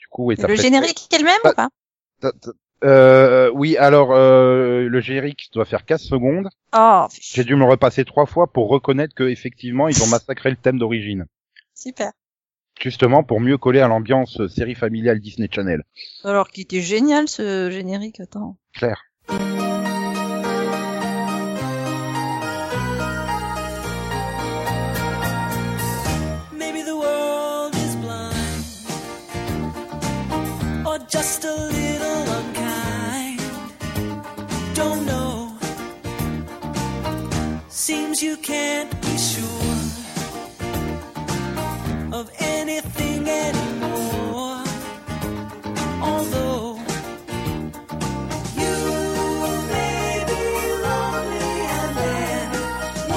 du coup, et Et t'as le fait- générique elle-même Bah, ou pas T'as- t'as- Euh, oui, alors euh, le générique doit faire 15 secondes. Oh, J'ai dû me le repasser trois fois pour reconnaître que effectivement ils ont massacré le thème d'origine, super. justement pour mieux coller à l'ambiance euh, série familiale Disney Channel. Alors qu'il était génial ce générique, attends. Claire. Maybe the world is blind or just a little unkind. Don't know. Seems you can't be sure of anything anymore. Although you may be lonely and then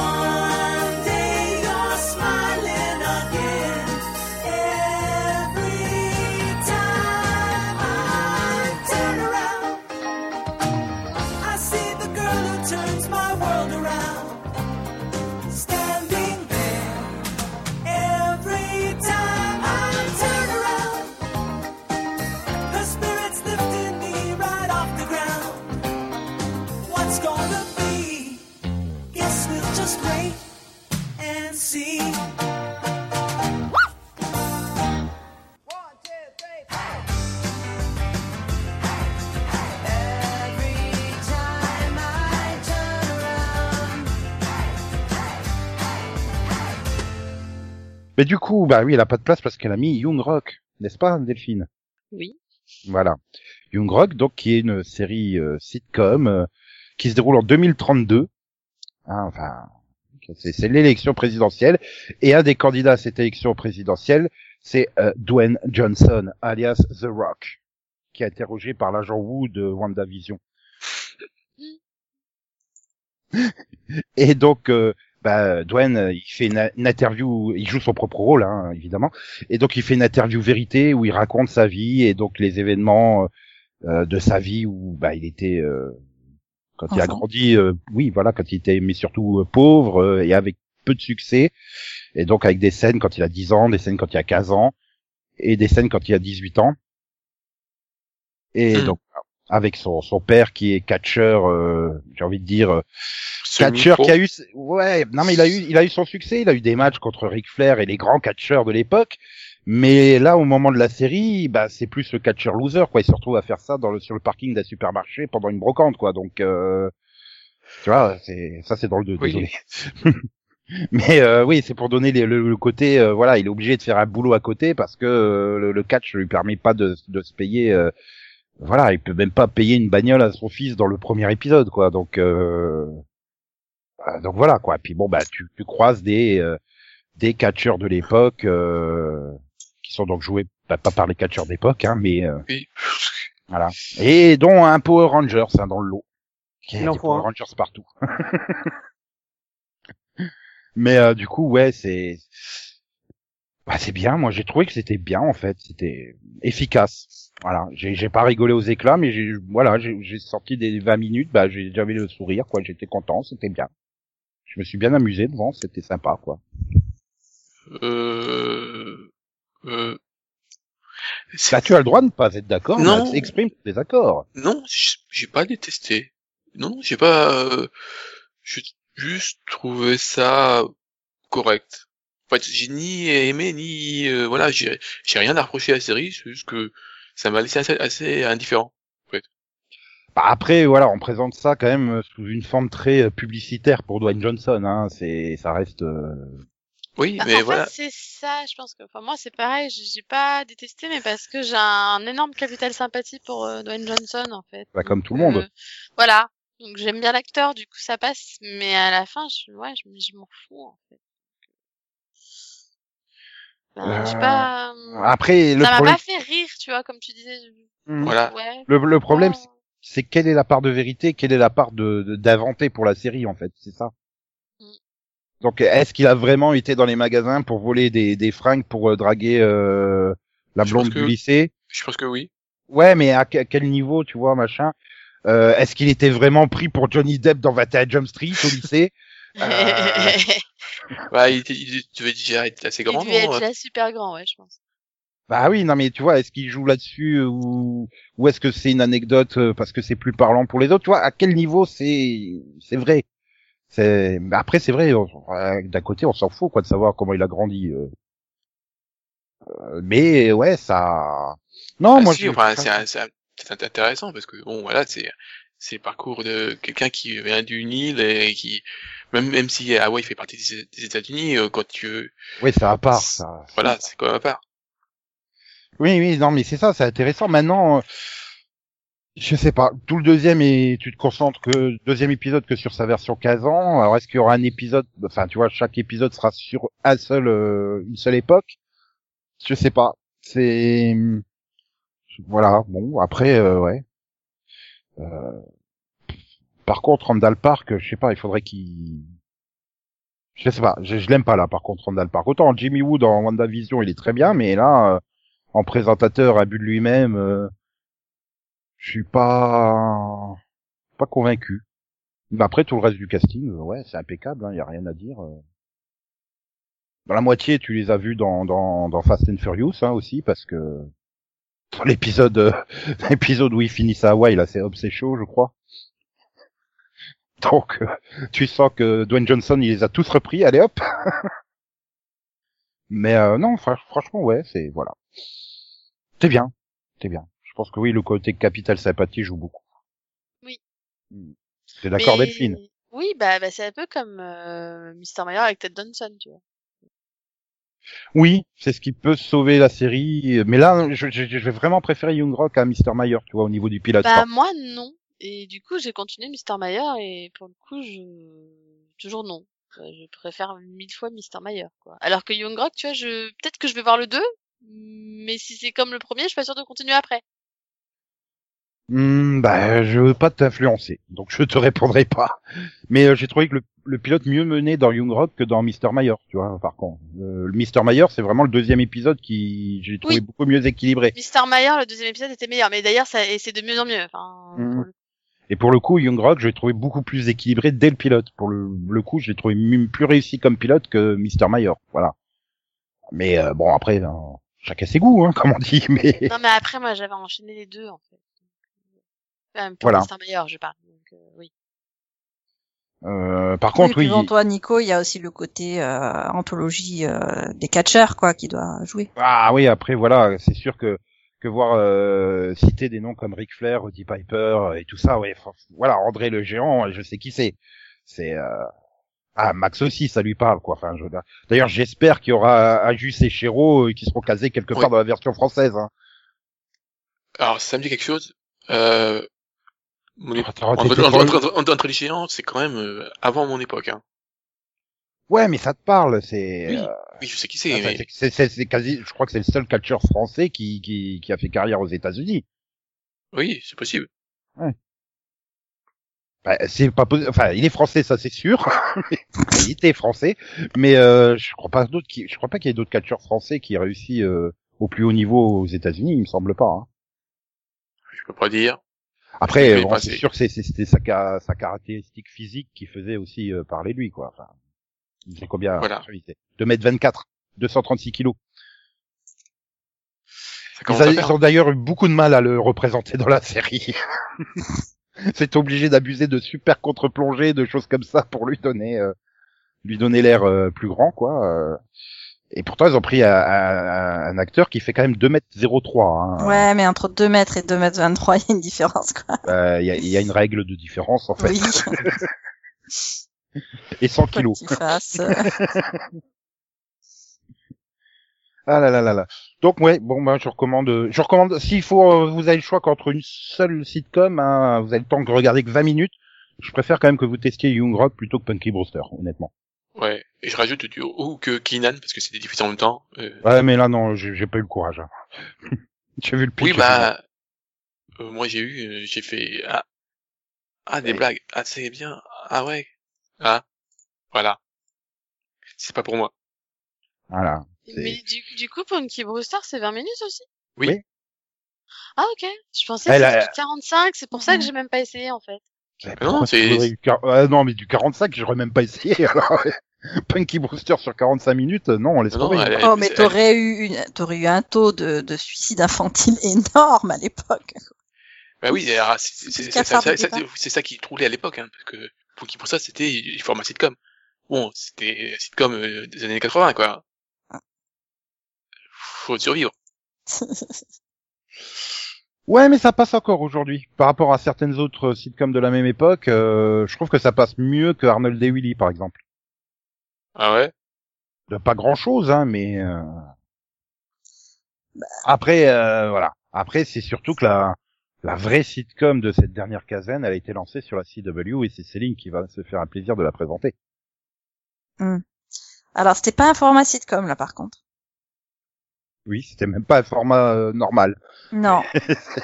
one day you're smiling again. Every time I turn around, I see the girl who turns my world around. Standing there. Every time I turn around, her spirit's lifting me right off the ground. What's gonna be? Guess we'll just wait and see. Every time I turn around, Mais du coup, bah oui, elle a pas de place parce qu'elle a mis Young Rock, n'est-ce pas, Delphine Oui. Voilà. Young Rock, donc qui est une série euh, sitcom euh, qui se déroule en 2032. Hein, enfin, c'est c'est l'élection présidentielle et un des candidats à cette élection présidentielle, c'est euh, Dwayne Johnson, alias The Rock, qui est interrogé par l'agent Wu de WandaVision. et donc, euh, bah, Dwayne, euh, il fait une, une interview, il joue son propre rôle, hein, évidemment. Et donc il fait une interview vérité où il raconte sa vie et donc les événements euh, de sa vie où bah il était euh, quand il a Enfant. grandi, euh, oui voilà, quand il était mais surtout euh, pauvre euh, et avec peu de succès et donc avec des scènes quand il a 10 ans, des scènes quand il a 15 ans et des scènes quand il a 18 ans. Et Hmm. donc avec son, son père qui est catcheur, euh, j'ai envie de dire catcheur micro- qui a eu ouais non mais il a eu il a eu son succès il a eu des matchs contre Ric Flair et les grands catcheurs de l'époque mais là au moment de la série bah c'est plus le catcheur loser quoi il se retrouve à faire ça dans le sur le parking d'un supermarché pendant une brocante quoi donc euh, tu vois c'est ça c'est dans le 2 Oui. désolé mais euh, oui c'est pour donner les- le, le côté euh, voilà il est obligé de faire un boulot à côté parce que euh, le, le catch lui permet pas de, de se payer euh, voilà, il peut même pas payer une bagnole à son fils dans le premier épisode, quoi. Donc, euh, euh, donc voilà, quoi. Puis bon, bah, tu, tu croises des euh, des catcheurs de l'époque euh, qui sont donc joués bah, pas par les catcheurs d'époque, hein, mais euh, Oui. voilà. Et dont un Power Rangers hein, dans le lot. Il y Il a en des faut un. Power Rangers partout. mais euh, du coup, ouais, c'est bah, c'est bien. Moi, j'ai trouvé que c'était bien en fait. C'était efficace. Voilà, j'ai j'ai pas rigolé aux éclats, mais j'ai voilà, j'ai j'ai sorti des 20 minutes, bah j'ai- j'avais le sourire, quoi, j'étais content, c'était bien. Je me suis bien amusé devant, c'était sympa, quoi. Euh... Euh... Bah, tu as le droit de ne pas être d'accord, Non. mais exprime tes désaccords. Non, j- j'ai pas détesté. Non, j'ai pas. euh, J'ai juste trouvé ça correct. En fait, j'ai ni aimé ni euh, voilà, j'ai j'ai rien à reprocher à la série. C'est juste que ça m'a laissé assez, assez indifférent. Bah, après, voilà, on présente ça quand même euh, sous une forme très euh, publicitaire pour Dwayne Johnson, hein, c'est, ça reste, euh, Oui, Bah, en mais fait, voilà. c'est ça, je pense que enfin, moi c'est pareil, j'ai j'ai pas détesté, mais parce que j'ai un énorme capital sympathie pour euh, Dwayne Johnson en fait. bah, comme tout le Donc, monde. euh, voilà, donc j'aime bien l'acteur, du coup ça passe, mais à la fin, je, ouais, je, m- je m'en fous en fait. Ben, je sais Euh, pas. Après, le ça m'a problème, pas fait rire, tu vois, comme tu disais. je- Mhm. Voilà. Ouais. le, le problème, non. c'est- c'est quelle est la part de vérité, quelle est la part de de- d'inventé pour la série, en fait, c'est ça. Mm. Donc, est-ce qu'il a vraiment été dans les magasins pour voler des, des fringues pour euh, draguer euh, la Je pense blonde que- du lycée Je pense que oui. Ouais, mais à que- à quel niveau, tu vois, machin Euh, Est-ce qu'il était vraiment pris pour Johnny Depp dans 21 Jump Street au lycée Euh, Bah, il, était- il devait déjà être assez grand. Il devait non euh. être déjà super grand, ouais, je pense. Bah oui, non mais tu vois, est-ce qu'il joue là-dessus euh, ou ou est-ce que c'est une anecdote euh, parce que c'est plus parlant pour les autres Tu vois, à quel niveau c'est c'est vrai C'est mais après c'est vrai. on- euh, D'un côté, on s'en fout quoi de savoir comment il a grandi. euh. Euh, Mais ouais, ça. Non, Ah, moi si, je. enfin, c'est un- c'est un- c'est int- intéressant parce que bon voilà c'est c'est le parcours de quelqu'un qui vient d'une île et qui même même si Hawaï fait partie des, des États-Unis euh, quand tu Oui, ça à part. Ça. voilà c'est quand même à part Oui, oui, non mais c'est ça, c'est intéressant. Maintenant, euh, je sais pas. Tout le deuxième et tu te concentres que deuxième épisode que sur sa version 15 ans. Alors est-ce qu'il y aura un épisode Enfin, tu vois, chaque épisode sera sur un seul, euh, une seule époque. Je sais pas. C'est voilà. Bon, après, euh, ouais. Euh, Par contre, Randall Park, je sais pas. Il faudrait qu'il je sais pas, je, je l'aime pas là par contre Randall Park. Autant Jimmy Woo dans WandaVision il est très bien, mais là, euh, en présentateur à but de lui-même, euh, je suis pas pas convaincu. Mais après tout le reste du casting, euh, ouais, c'est impeccable, il hein, y a rien à dire. euh. Dans la moitié, tu les as vus dans dans, dans Fast and Furious hein, aussi parce que dans l'épisode euh, l'épisode où ils finissent à Hawaï là, c'est Hobbs et Shaw, je crois. Donc euh, tu sens que Dwayne Johnson il les a tous repris, allez hop. Mais euh, non, fra- franchement ouais, c'est voilà. C'est bien, c'est bien. Je pense que oui, le côté capital sympathie joue beaucoup. Oui. Mm. T'es d'accord, Mais- Delphine Oui, bah, bah c'est un peu comme euh, Mr. Mayer avec Ted Danson, tu vois. Oui, c'est ce qui peut sauver la série. Mais là, je, je- je vais vraiment préférer Young Rock à Mr. Mayer, tu vois, au niveau du pilote. Bah moi non. Et du coup j'ai continué Mr. Mayer et pour le coup je toujours non. Ouais, Je préfère mille fois Mr. Mayer quoi. Alors que Young Rock, tu vois, je peut-être que je vais voir le 2, mais si c'est comme le premier, je suis pas sûre de continuer après. Hmm, bah, je veux pas t'influencer, donc je te répondrai pas. Mais euh, j'ai trouvé que le, le pilote mieux mené dans Young Rock que dans Mr. Mayer, tu vois, par contre. Euh, le Mr. Mayer, c'est vraiment le deuxième épisode qui, j'ai trouvé Oui. beaucoup mieux équilibré. Mr. Mayer, le deuxième épisode était meilleur, mais d'ailleurs ça et c'est de mieux en mieux. Enfin, Mhm. pour le- Et pour le coup, Young Rock, je l'ai trouvé beaucoup plus équilibré dès le pilote. Pour le, le coup, je l'ai trouvé mu- plus réussi comme pilote que Mr. Mayer, voilà. Mais euh, bon, après, ben, chacun ses goûts, hein, comme on dit, mais... Non mais après moi j'avais enchaîné les deux en fait. Enfin, pour Voilà. Mr. Mayer, je parle. Donc, euh, oui. Euh, par contre, oui. toi, Nico, il y a aussi le côté euh, anthologie euh, des catcheurs, quoi, qui doit jouer. Ah oui, après voilà, c'est sûr que que voir euh, citer des noms comme Ric Flair, Roddy Piper euh, et tout ça, ouais, enfin, voilà, André le géant, je sais qui c'est. C'est euh, ah Max aussi, ça lui parle quoi. Enfin, je... veux dire- d'ailleurs, j'espère qu'il y aura Ajus et Chéro euh, qui seront casés quelque part Oui. dans la version française. Hein. alors ça me dit quelque chose euh, mon époque Attends, entre, t'étais entre, pas- entre, entre- entre les géants c'est quand même euh, avant mon époque hein. Ouais, mais ça te parle, c'est. Oui. euh, oui je sais qui c'est enfin, mais c'est- c'est- c'est- c'est quasi, je crois que c'est le seul catcheur français qui, qui qui a fait carrière aux États-Unis. oui c'est possible Bah, c'est pas possi- Enfin, il est français, ça c'est sûr. il était français, mais euh, je crois pas d'autres. Qui... Je crois pas qu'il y ait d'autres catcheurs français qui aient réussi euh, au plus haut niveau aux États-Unis. Il me semble pas. hein. je peux pas dire. Après, euh, Oui, bon, bah, c'est c'est- sûr que c'est- c'est- c'était sa, ca- sa caractéristique physique qui faisait aussi euh, parler de lui, quoi. Enfin, il faisait combien Voilà. il faisait 2m24, 236 kilos. Ça Ils, commence à a- faire. ils ont d'ailleurs eu beaucoup de mal à le représenter dans la série. c'est obligé d'abuser de super contre-plongées, de choses comme ça pour lui donner, euh, lui donner l'air euh, plus grand, quoi. euh. Et pourtant, ils ont pris un, un- un acteur qui fait quand même 2m03. Hein. Ouais, mais entre 2 mètres et 2 mètres 23, il y a une différence, quoi. Euh, Il y, a, il y a une règle de différence, en fait. Oui, Et 100 quoi kilos. qu'il fasse. euh, Ah là là là là. Donc ouais, bon ben je recommande, euh, je recommande. S'il faut, euh, vous avez le choix qu'entre une seule sitcom, hein, vous avez le temps de regarder que 20 minutes. Je préfère quand même que vous testiez Young Rock plutôt que Punky Brewster, honnêtement. Ouais. Et je rajoute du ou que Keenan parce que c'était diffusé en même temps. Euh, Ouais, mais là non, j'ai j'ai pas eu le courage. hein. j'ai vu le pitch. oui, bah euh, moi j'ai eu, euh, j'ai fait ah ah des Ouais. blagues. Ah c'est bien. Ah ouais. Ah voilà. C'est pas pour moi. Voilà. C'est- Mais du, du coup, pour une Key Brewster, c'est 20 minutes aussi Oui. Oui. Ah, ok. Je pensais Elle que a- c'était du 45, c'est pour ça que Mm-hmm. j'ai même pas essayé, en fait. non, Pourquoi c'est- j'aurais eu du quar- Ah non, mais du 45, j'aurais même pas essayé. Alors, Punky Brewster sur 45 minutes, euh, non, on laisse Non, tomber. elle- Oh, mais elle- t'aurais eu, une... t'aurais eu un taux de, de suicide infantile énorme à l'époque. Bah oui, alors, c'est c'est- C'est c'est- cafard c'est- de départ. c'est- c'est ça qui troulait à l'époque, hein, parce que pour qui pour ça c'était il format sitcom. Bon, c'était un sitcom euh, des années 80 quoi. Faut survivre. Ouais, mais ça passe encore aujourd'hui. Par rapport à certaines autres sitcoms de la même époque, euh, je trouve que ça passe mieux que Arnold et Willy, par exemple. Ah ouais. de pas grand chose hein mais euh, après euh, voilà après c'est surtout que la la vraie sitcom de cette dernière quinzaine elle a été lancée sur la CW et c'est Céline qui va se faire un plaisir de la présenter Alors, c'était pas un format sitcom, là, par contre. oui c'était même pas un format euh, normal Non.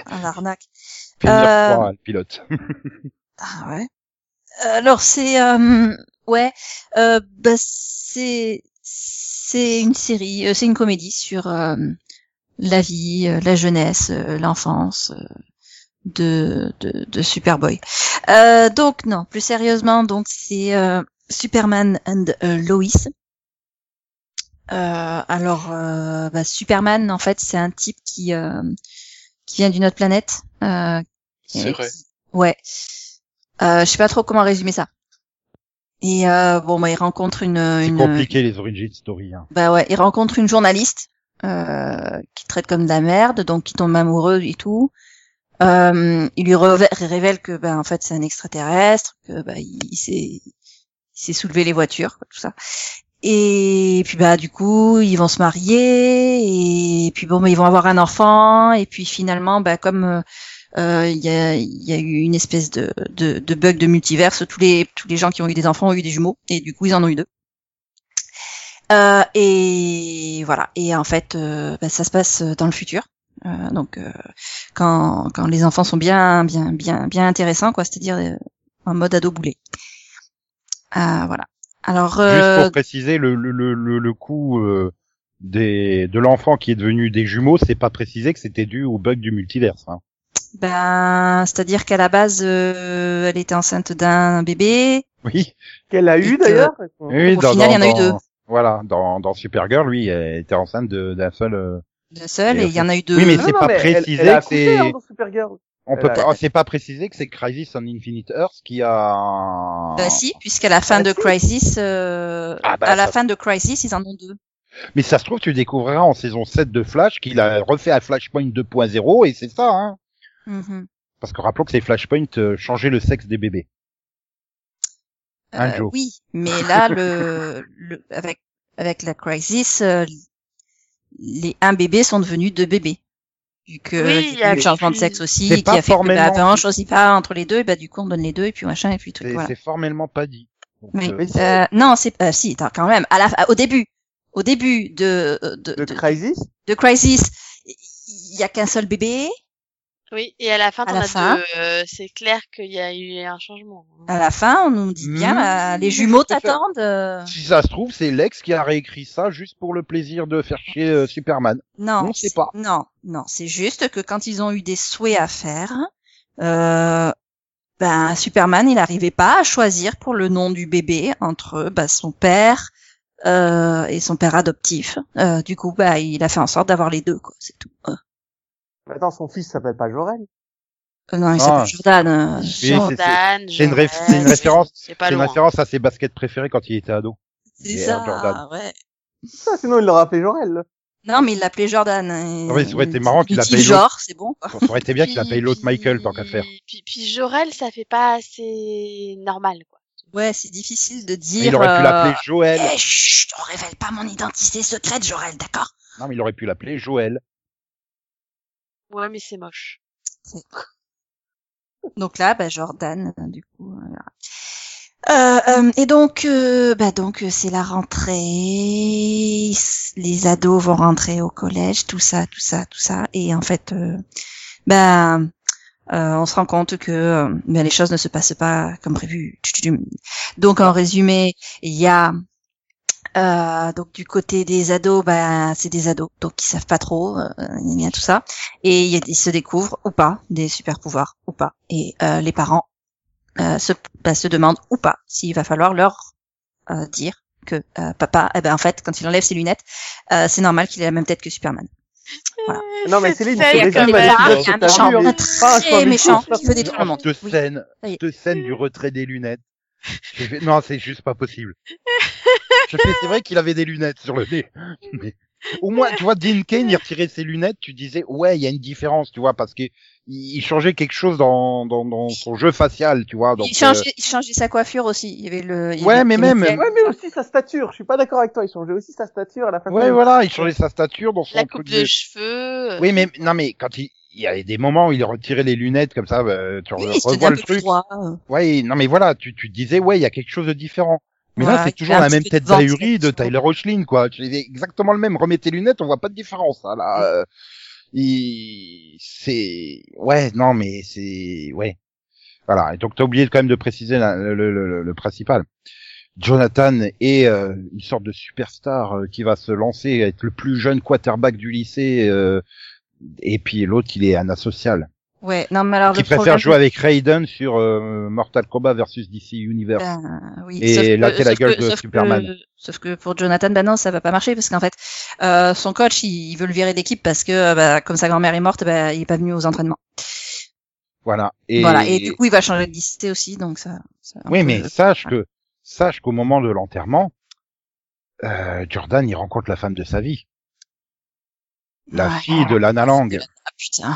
Un arnaque. Pénir Euh, froid, hein, le pilote Ah ouais. Alors c'est euh, ouais, euh, bah, c'est c'est une série, euh, c'est une comédie sur euh, la vie, euh, la jeunesse, euh, l'enfance euh, de, de de Superboy. Euh, donc non, plus sérieusement, donc c'est euh, Superman and euh, Lois. Euh, alors euh, bah, Superman en fait c'est un type qui euh, qui vient d'une autre planète. Euh, C'est et vrai. qui- Ouais. Euh, je sais pas trop comment résumer ça. Et euh, bon, bah, il rencontre une, c'est une- compliqué les origin story hein. bah ouais, il rencontre une journaliste euh, qui traite comme de la merde, donc qui tombe amoureux et tout. Euh, il lui reve- révèle que ben en fait c'est un extraterrestre, que bah il, il s'est il s'est soulevé les voitures, quoi, tout ça. Et puis bah du coup ils vont se marier et puis bon bah, ils vont avoir un enfant et puis finalement bah comme euh, euh, il y, a, il y a eu une espèce de, de, de bug de multiverse, tous les tous les gens qui ont eu des enfants ont eu des jumeaux et du coup ils en ont eu deux. Euh, et voilà. Et en fait, euh, bah, ça se passe dans le futur. Euh, donc, euh, quand, quand les enfants sont bien, bien, bien, bien intéressants, quoi, c'est-à-dire euh, en mode ado boulet. Euh, voilà. Alors, juste euh, pour préciser le le le le, le coup euh, des de l'enfant qui est devenu des jumeaux c'est pas précisé que c'était dû au bug du multiverse hein. ben, c'est-à-dire qu'à la base, euh, elle était enceinte d'un bébé. oui Qu'elle a Et eu que- d'ailleurs. Oui, Au dans, final, dans- il y en a eu dans- deux. Voilà, dans, dans Supergirl, lui, elle était enceinte de- d'un seul. euh, De seul, Et et il y en a eu deux. Euh, Oui, mais Non, c'est non, pas mais elle- précisé Elle, a que c'est- accouché, hein, dans Supergirl. On Elle peut a- pas, c'est pas précisé que c'est Crisis on Infinite Earth qui a. Bah si, puisqu'à la fin Ah, de si. Crisis, euh, Ah, bah, à la ça- fin de Crisis, ils en ont deux. Mais ça se trouve, tu découvriras en saison 7 de Flash qu'il a refait à Flashpoint 2.0 et c'est ça. Hein Mhm. Parce que rappelons que c'est Flashpoint euh, changer le sexe des bébés. Un Euh, jour. oui, mais là, le, le, avec, avec la Crisis, euh, les un bébé sont devenus deux bébés. Vu que Oui, il y a eu le changement de sexe aussi, C'est qui pas a fait que bah, formellement- ben, on choisit pas entre les deux, et bah du coup on donne les deux et puis machin et puis truc. C'est Voilà. c'est formellement pas dit. Donc, Mais, euh, euh, non, c'est pas si, attends, quand même. À la, au début, au début de de, De de, Crisis. de Crisis, il y a qu'un seul bébé. Oui, et à la fin, À t'en la as fin. Euh, deux, euh, c'est clair qu'il y a eu un changement. hein. À la fin, on nous dit bien, Mmh. bah, les jumeaux Tout à fait. t'attendent. euh, Si ça se trouve, c'est Lex qui a réécrit ça juste pour le plaisir de faire chier euh, Superman. Non, On sait c'est- pas. Non, non, c'est juste que quand ils ont eu des souhaits à faire, euh, ben Superman, il n'arrivait pas à choisir pour le nom du bébé entre ben, son père euh, et son père adoptif. Euh, du coup, ben, il a fait en sorte d'avoir les deux, quoi. C'est tout. Euh, Mais Attends, son fils s'appelle pas Jorel. euh, non, il Ah. s'appelle Jordan. euh, Oui, Jordan. c'est- Dan, c'est une, réf- Jordan, c'est une référence, C'est pas c'est une loin. référence à ses baskets préférées quand il était ado. c'est c'est ça. Jordan. Ouais. Ça, sinon il l'aurait appelé Jorel. Non, mais il l'appelait Jordan. hein. Ah oui, ça aurait été marrant qu'il l'appelle l'appelle genre, c'est bon. Quoi. Ça aurait été bien qu'il appelle l'autre Puis- Michael tant qu'à faire. Puis, puis, puis Jorel, ça fait pas assez normal, quoi. Ouais, c'est difficile de dire. Mais il aurait pu euh, l'appeler Joël. Eh, chut, on révèle pas mon identité secrète, Jorel, d'accord Non, mais il aurait pu l'appeler Joël. Ouais, mais c'est moche. Donc là, bah, Jordan, euh, du coup. voilà. Euh, euh, et donc, euh, bah donc euh, c'est la rentrée. Les ados vont rentrer au collège, tout ça, tout ça, tout ça. Et en fait, euh, ben, euh, on se rend compte que euh, ben, les choses ne se passent pas comme prévu. Tchutchum. Donc en résumé, il y a euh, donc du côté des ados, ben c'est des ados, donc ils savent pas trop, euh, il y a tout ça, et il y a- ils se découvrent ou pas des super pouvoirs ou pas, et euh, les parents euh, se, ben, se demandent ou pas s'il va falloir leur euh, dire que euh, papa, eh ben en fait quand il enlève ses lunettes, euh, c'est normal qu'il ait la même tête que Superman. Non, mais Céline, Ça, il c'est y a déjà quand une même anecdote un que un t'as méchant, vue, hein. un Ah, je crois très que méchant, je il veut détruire le monde. Deux Oui. scènes, ça y est. deux scènes du retrait des lunettes. J'ai fait, Non, c'est juste pas possible. Je fais, c'est vrai qu'il avait des lunettes sur le nez. Mais au moins, tu vois, Dean Kane, il retirait ses lunettes, tu disais, ouais, il y a une différence, tu vois, parce que il il changeait quelque chose dans, dans, dans son jeu facial, tu vois. Donc, il, euh, changeait, il changeait sa coiffure aussi. Il y avait le. il y Ouais, avait mais le même- Michael. Ouais, mais aussi sa stature. Je suis pas d'accord avec toi. Ils changeaient aussi sa stature à la façon. euh, Ouais, voilà, il changeait sa stature dans son La coupe truc de cheveux. euh, Oui, mais non, mais quand il, il y avait des moments où il retirait les lunettes comme ça, bah, tu Oui, re- il se tenait revois un le peu plus truc. droit, euh, Ouais, non, mais voilà, tu, tu disais, ouais, il y a quelque chose de différent. Mais là, Voilà, c'est il toujours fait un la petit même peu de tête vent, d'ahurie de effectivement. Tyler Hoechlin, quoi. Tu disais exactement le même. Remets tes lunettes, on voit pas de différence. hein, Mm. là, euh, il... c'est ouais, non, mais c'est ouais. Voilà. Et donc t'as oublié quand même de préciser la- le, le- le- le principal. Jonathan est euh, une sorte de superstar euh, qui va se lancer, être le plus jeune quarterback du lycée. euh, et puis l'autre, il est un asocial Ouais, non, mais alors qui le préfère problème, jouer avec Raiden sur euh, Mortal Kombat versus DC Universe. ben, oui, Et sauf que- là, t'es la sauf gueule que- de sauf Superman. que- sauf que pour Jonathan, ben non, ça va pas marcher parce qu'en fait, euh, son coach, il, il veut le virer d'équipe parce que, euh, bah, comme sa grand-mère est morte, bah, il est pas venu aux entraînements. Voilà. Et, Voilà. Et du coup, il va changer de lycée aussi, donc euh, ça. ça un oui, peu- mais sache que sache qu'au moment de l'enterrement, euh, Jordan il rencontre la femme de sa vie, la Ouais. fille de Lana Lang. Ah, putain.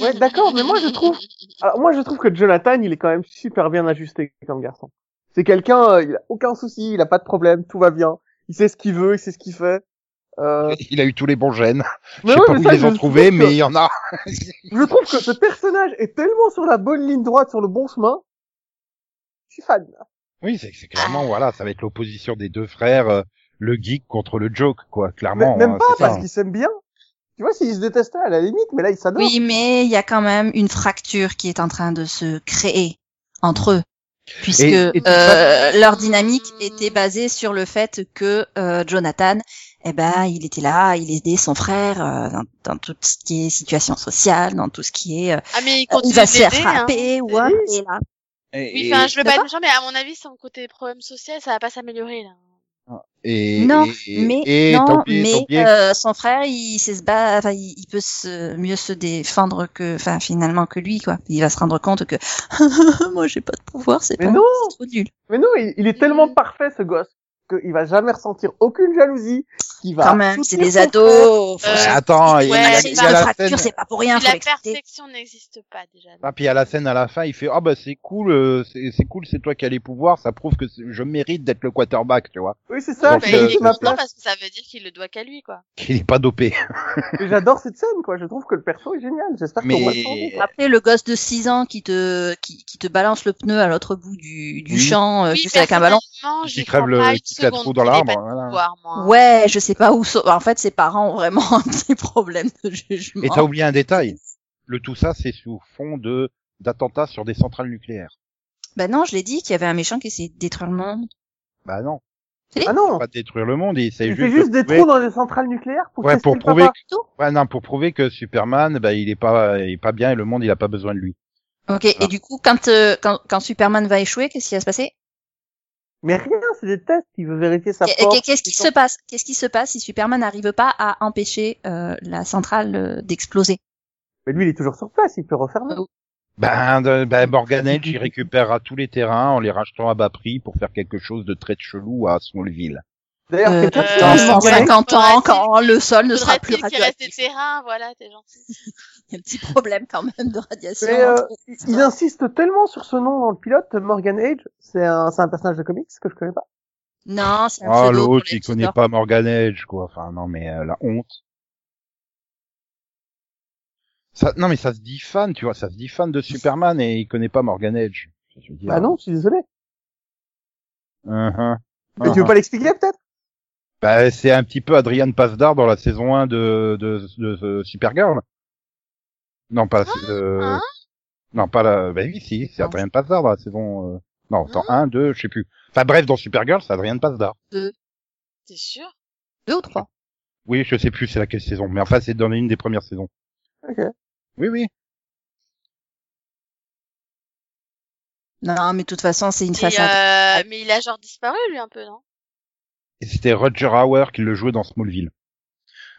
Ouais, d'accord, mais moi, je trouve- Alors, moi, je trouve que Jonathan, il est quand même super bien ajusté comme garçon. C'est quelqu'un, euh, il a aucun souci, il a pas de problème, tout va bien. Il sait ce qu'il veut, il sait ce qu'il fait. Euh... Il a eu tous les bons gènes. Je mais sais ouais, pas mais où ça, ils les ont je trouvés, trouve que- mais il y en a. Je trouve que ce personnage est tellement sur la bonne ligne droite, sur le bon chemin. Je suis fan. Oui, c'est c'est clairement voilà, ça va être l'opposition des deux frères, euh, le geek contre le joke, quoi. Clairement, Mais- même hein, pas, c'est ça. parce qu'ils s'aiment bien. Tu vois, s'ils se détestaient à la limite, mais là, ils s'adorent. Oui, mais il y a quand même une fracture qui est en train de se créer entre eux, puisque Et- et tout euh, ça- leur dynamique était basée sur le fait que euh, Jonathan, eh ben, il était là, il aidait son frère euh, dans, dans tout ce qui est situation sociale, dans tout ce qui est, euh, Ah, mais il il continue va de se faire l'aider, hein. frapper ou un, Oui. et là. Et- Oui, et- enfin, je veux pas être D'accord. méchant, mais à mon avis, son côté problème social, ça va pas s'améliorer, là. et- Non, et- mais et non, tant pis, mais tant pis. euh, son frère, il sait se battre, enfin, il, il peut se, mieux se défendre que, enfin, finalement que lui, quoi. Il va se rendre compte que moi, j'ai pas de pouvoir, c'est Mais pas non c'est trop nul. Mais non, il, il est tellement parfait, ce gosse, qu'il va jamais ressentir aucune jalousie. qu'il va Quand même, c'est soutenir son des frère. ados. faut- Ouais, Euh, attends, il y a- ouais, il y c'est a une la fracture, scène. c'est pas pour rien. faut la l'exciter. perfection n'existe pas, déjà. Ah, puis à la scène à la fin, il fait ah bah c'est cool, euh, c'est c'est cool, c'est toi qui as les pouvoirs, ça prouve que c'est- je mérite d'être le quarterback, tu vois. Oui, c'est Non, ça, Donc, bah, c'est euh, il est juste ma content place. parce que ça veut dire qu'il le doit qu'à lui, quoi. Qu'il est pas dopé. Et J'adore cette scène, quoi. Je trouve que le perso est génial. J'espère qu'on va le changer. Mais Après, le gosse de 6 ans qui te, qui, qui te balance le pneu à l'autre bout du, du Oui. champ, euh, Oui, juste avec un ballon. personnellement, j'y qui crève crois le, pas une qui claque seconde trou dans qu'il ait l'arbre. pas de voilà. pouvoir, moi. Ouais, Ah. je sais pas où. so- En fait, ses parents ont vraiment des problèmes de jugement. Et t'as oublié un détail. le tout ça, c'est sous fond de d'attentats sur des centrales nucléaires. Bah non, je l'ai dit qu'il y avait un méchant qui essayait de détruire le monde. Bah non, Ah non, pas détruire le monde, il il c'est fait juste, juste de des prouver- trous dans des centrales nucléaires pour Ouais, tester pour le prouver papa. Ouais, non, pour prouver que Superman, bah, il est pas, il est pas bien et le monde, il a pas besoin de lui. Ok, Ah. et du coup, quand, euh, quand, quand Superman va échouer, qu'est-ce qui va se passer Mais rien, c'est des tests. Il veut vérifier sa Qu'est- force. Qu'est-ce qui son- se passe Qu'est-ce qui se passe si Superman n'arrive pas à empêcher euh, la centrale euh, d'exploser Mais lui, il est toujours sur place. Il peut refermer. Ben, de- ben Morgan Edge, il récupérera tous les terrains en les rachetant à bas prix pour faire quelque chose de très chelou à Smallville. D'ailleurs, Euh, quelqu'un euh, qui Dans a Ouais. 150 ans, Faudrait-il- quand le sol ne sera plus Faudrait-il qu'il reste des radioactif. terrains, voilà, t'es gentil. Il y a un petit problème quand même de radiation. Mais, euh, entre- il il insiste tellement sur ce nom dans le pilote, Morgan Age. C'est un, c'est un personnage de comics que je connais pas. Non, c'est un Ah, pseudo pour l'autre, les il connaît auditeurs. pas Morgan Edge, quoi. Enfin, non, mais euh, la honte. Ça, non, mais ça se dit fan, tu vois, ça se dit fan de Superman et il connaît pas Morgan Edge. Je veux dire. Bah non, je suis désolé. Uh-huh. Mais tu veux Uh-huh. pas l'expliquer peut-être Bah, c'est un petit peu Adrian Pasdar dans la saison 1 de, de, de, de Supergirl. Non, pas, euh, hein non, pas la, bah oui, si, c'est Ah, Non. Adrian Pasdar dans la saison, euh, non, attends, 1, 2, je sais plus. Enfin, bref, dans Supergirl, c'est Adrian Pasdar. T'es sûr Deux ou trois. Oui, je sais plus c'est laquelle saison, mais enfin, c'est dans l'une des premières saisons. Ok. Oui, oui. Non, mais de toute façon, c'est une Et, façade. euh, Mais il a genre disparu, lui, un peu, Euh, non Et c'était Roger Hauer qui le jouait dans Smallville.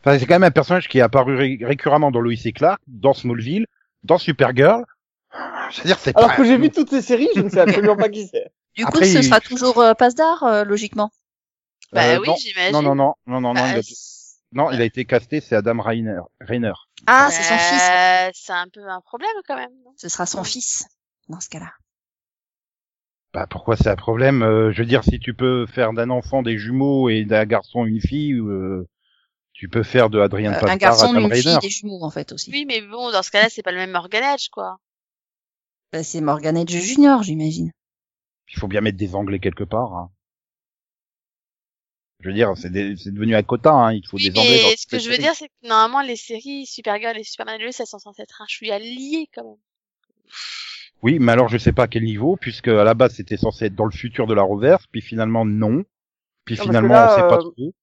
Enfin, c'est quand même un personnage qui est apparu ré- récurremment dans Lois et Clark, dans Smallville, dans Supergirl. C'est-à-dire, c'est Alors pas- que j'ai vu toutes ces séries, je ne sais absolument pas qui c'est. Du coup, après, ce il- sera toujours euh, Pasdar, euh, logiquement. Bah Euh, oui, non. j'imagine. Non, non, non, non, non, non, Bah, il a- c'est- Non, il a été casté, c'est Adam Reiner. Reiner. Ah, c'est son fils. Bah, C'est un peu un problème, quand même. non Ce sera son fils, dans ce cas-là. Bah pourquoi c'est un problème Euh, Je veux dire, si tu peux faire d'un enfant des jumeaux et d'un garçon une fille, euh, tu peux faire de Adrien Euh, Pastar un garçon, Adam une fille, Reiner. des jumeaux, en fait, aussi. Oui, mais bon, dans ce cas-là, c'est pas le même Morgan Edge, quoi. Bah, c'est Morgan Edge Junior, j'imagine. Il faut bien mettre des Anglais quelque part. hein. Je veux dire, c'est des- c'est devenu un quota. Hein. Il te faut Oui, des Anglais. dans mais ce toutes que les je veux séries. dire, c'est que normalement, les séries Supergirl et Superman et Lois, elles sont censées être un chouïa liées, quand même. Oui, mais alors je sais pas à quel niveau, puisque à la base c'était censé être dans le futur de la reverse, puis finalement non, puis Non, parce que finalement là, on sait pas euh, trop.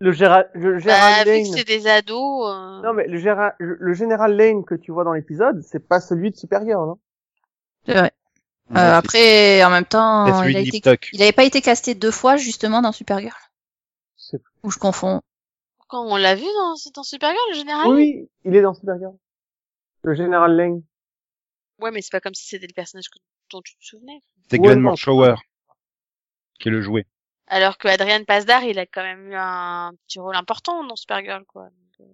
Le Gérard, le Bah, Gérard vu que Lane. c'est des ados, euh, Non mais le, Gérard, le le général Lane que tu vois dans l'épisode, c'est pas celui de hein. Supergirl, non C'est vrai. Euh, Ouais, après, en même c'est- temps, c'est il, a celui de été... Nip-Tuck. il avait pas été casté deux fois, justement, dans Supergirl. C'est- Ou je confonds. quand on l'a vu dans, dans Supergirl, le général. Oui, oui, il est dans Supergirl. Le général Lane. Ouais, mais c'est pas comme si c'était le personnage que- dont tu te souvenais. C'est Ouais, Glenn non. Morshower qui le jouait. Alors que Adrian Pasdar, il a quand même eu un petit rôle important dans Supergirl, quoi. Donc, euh,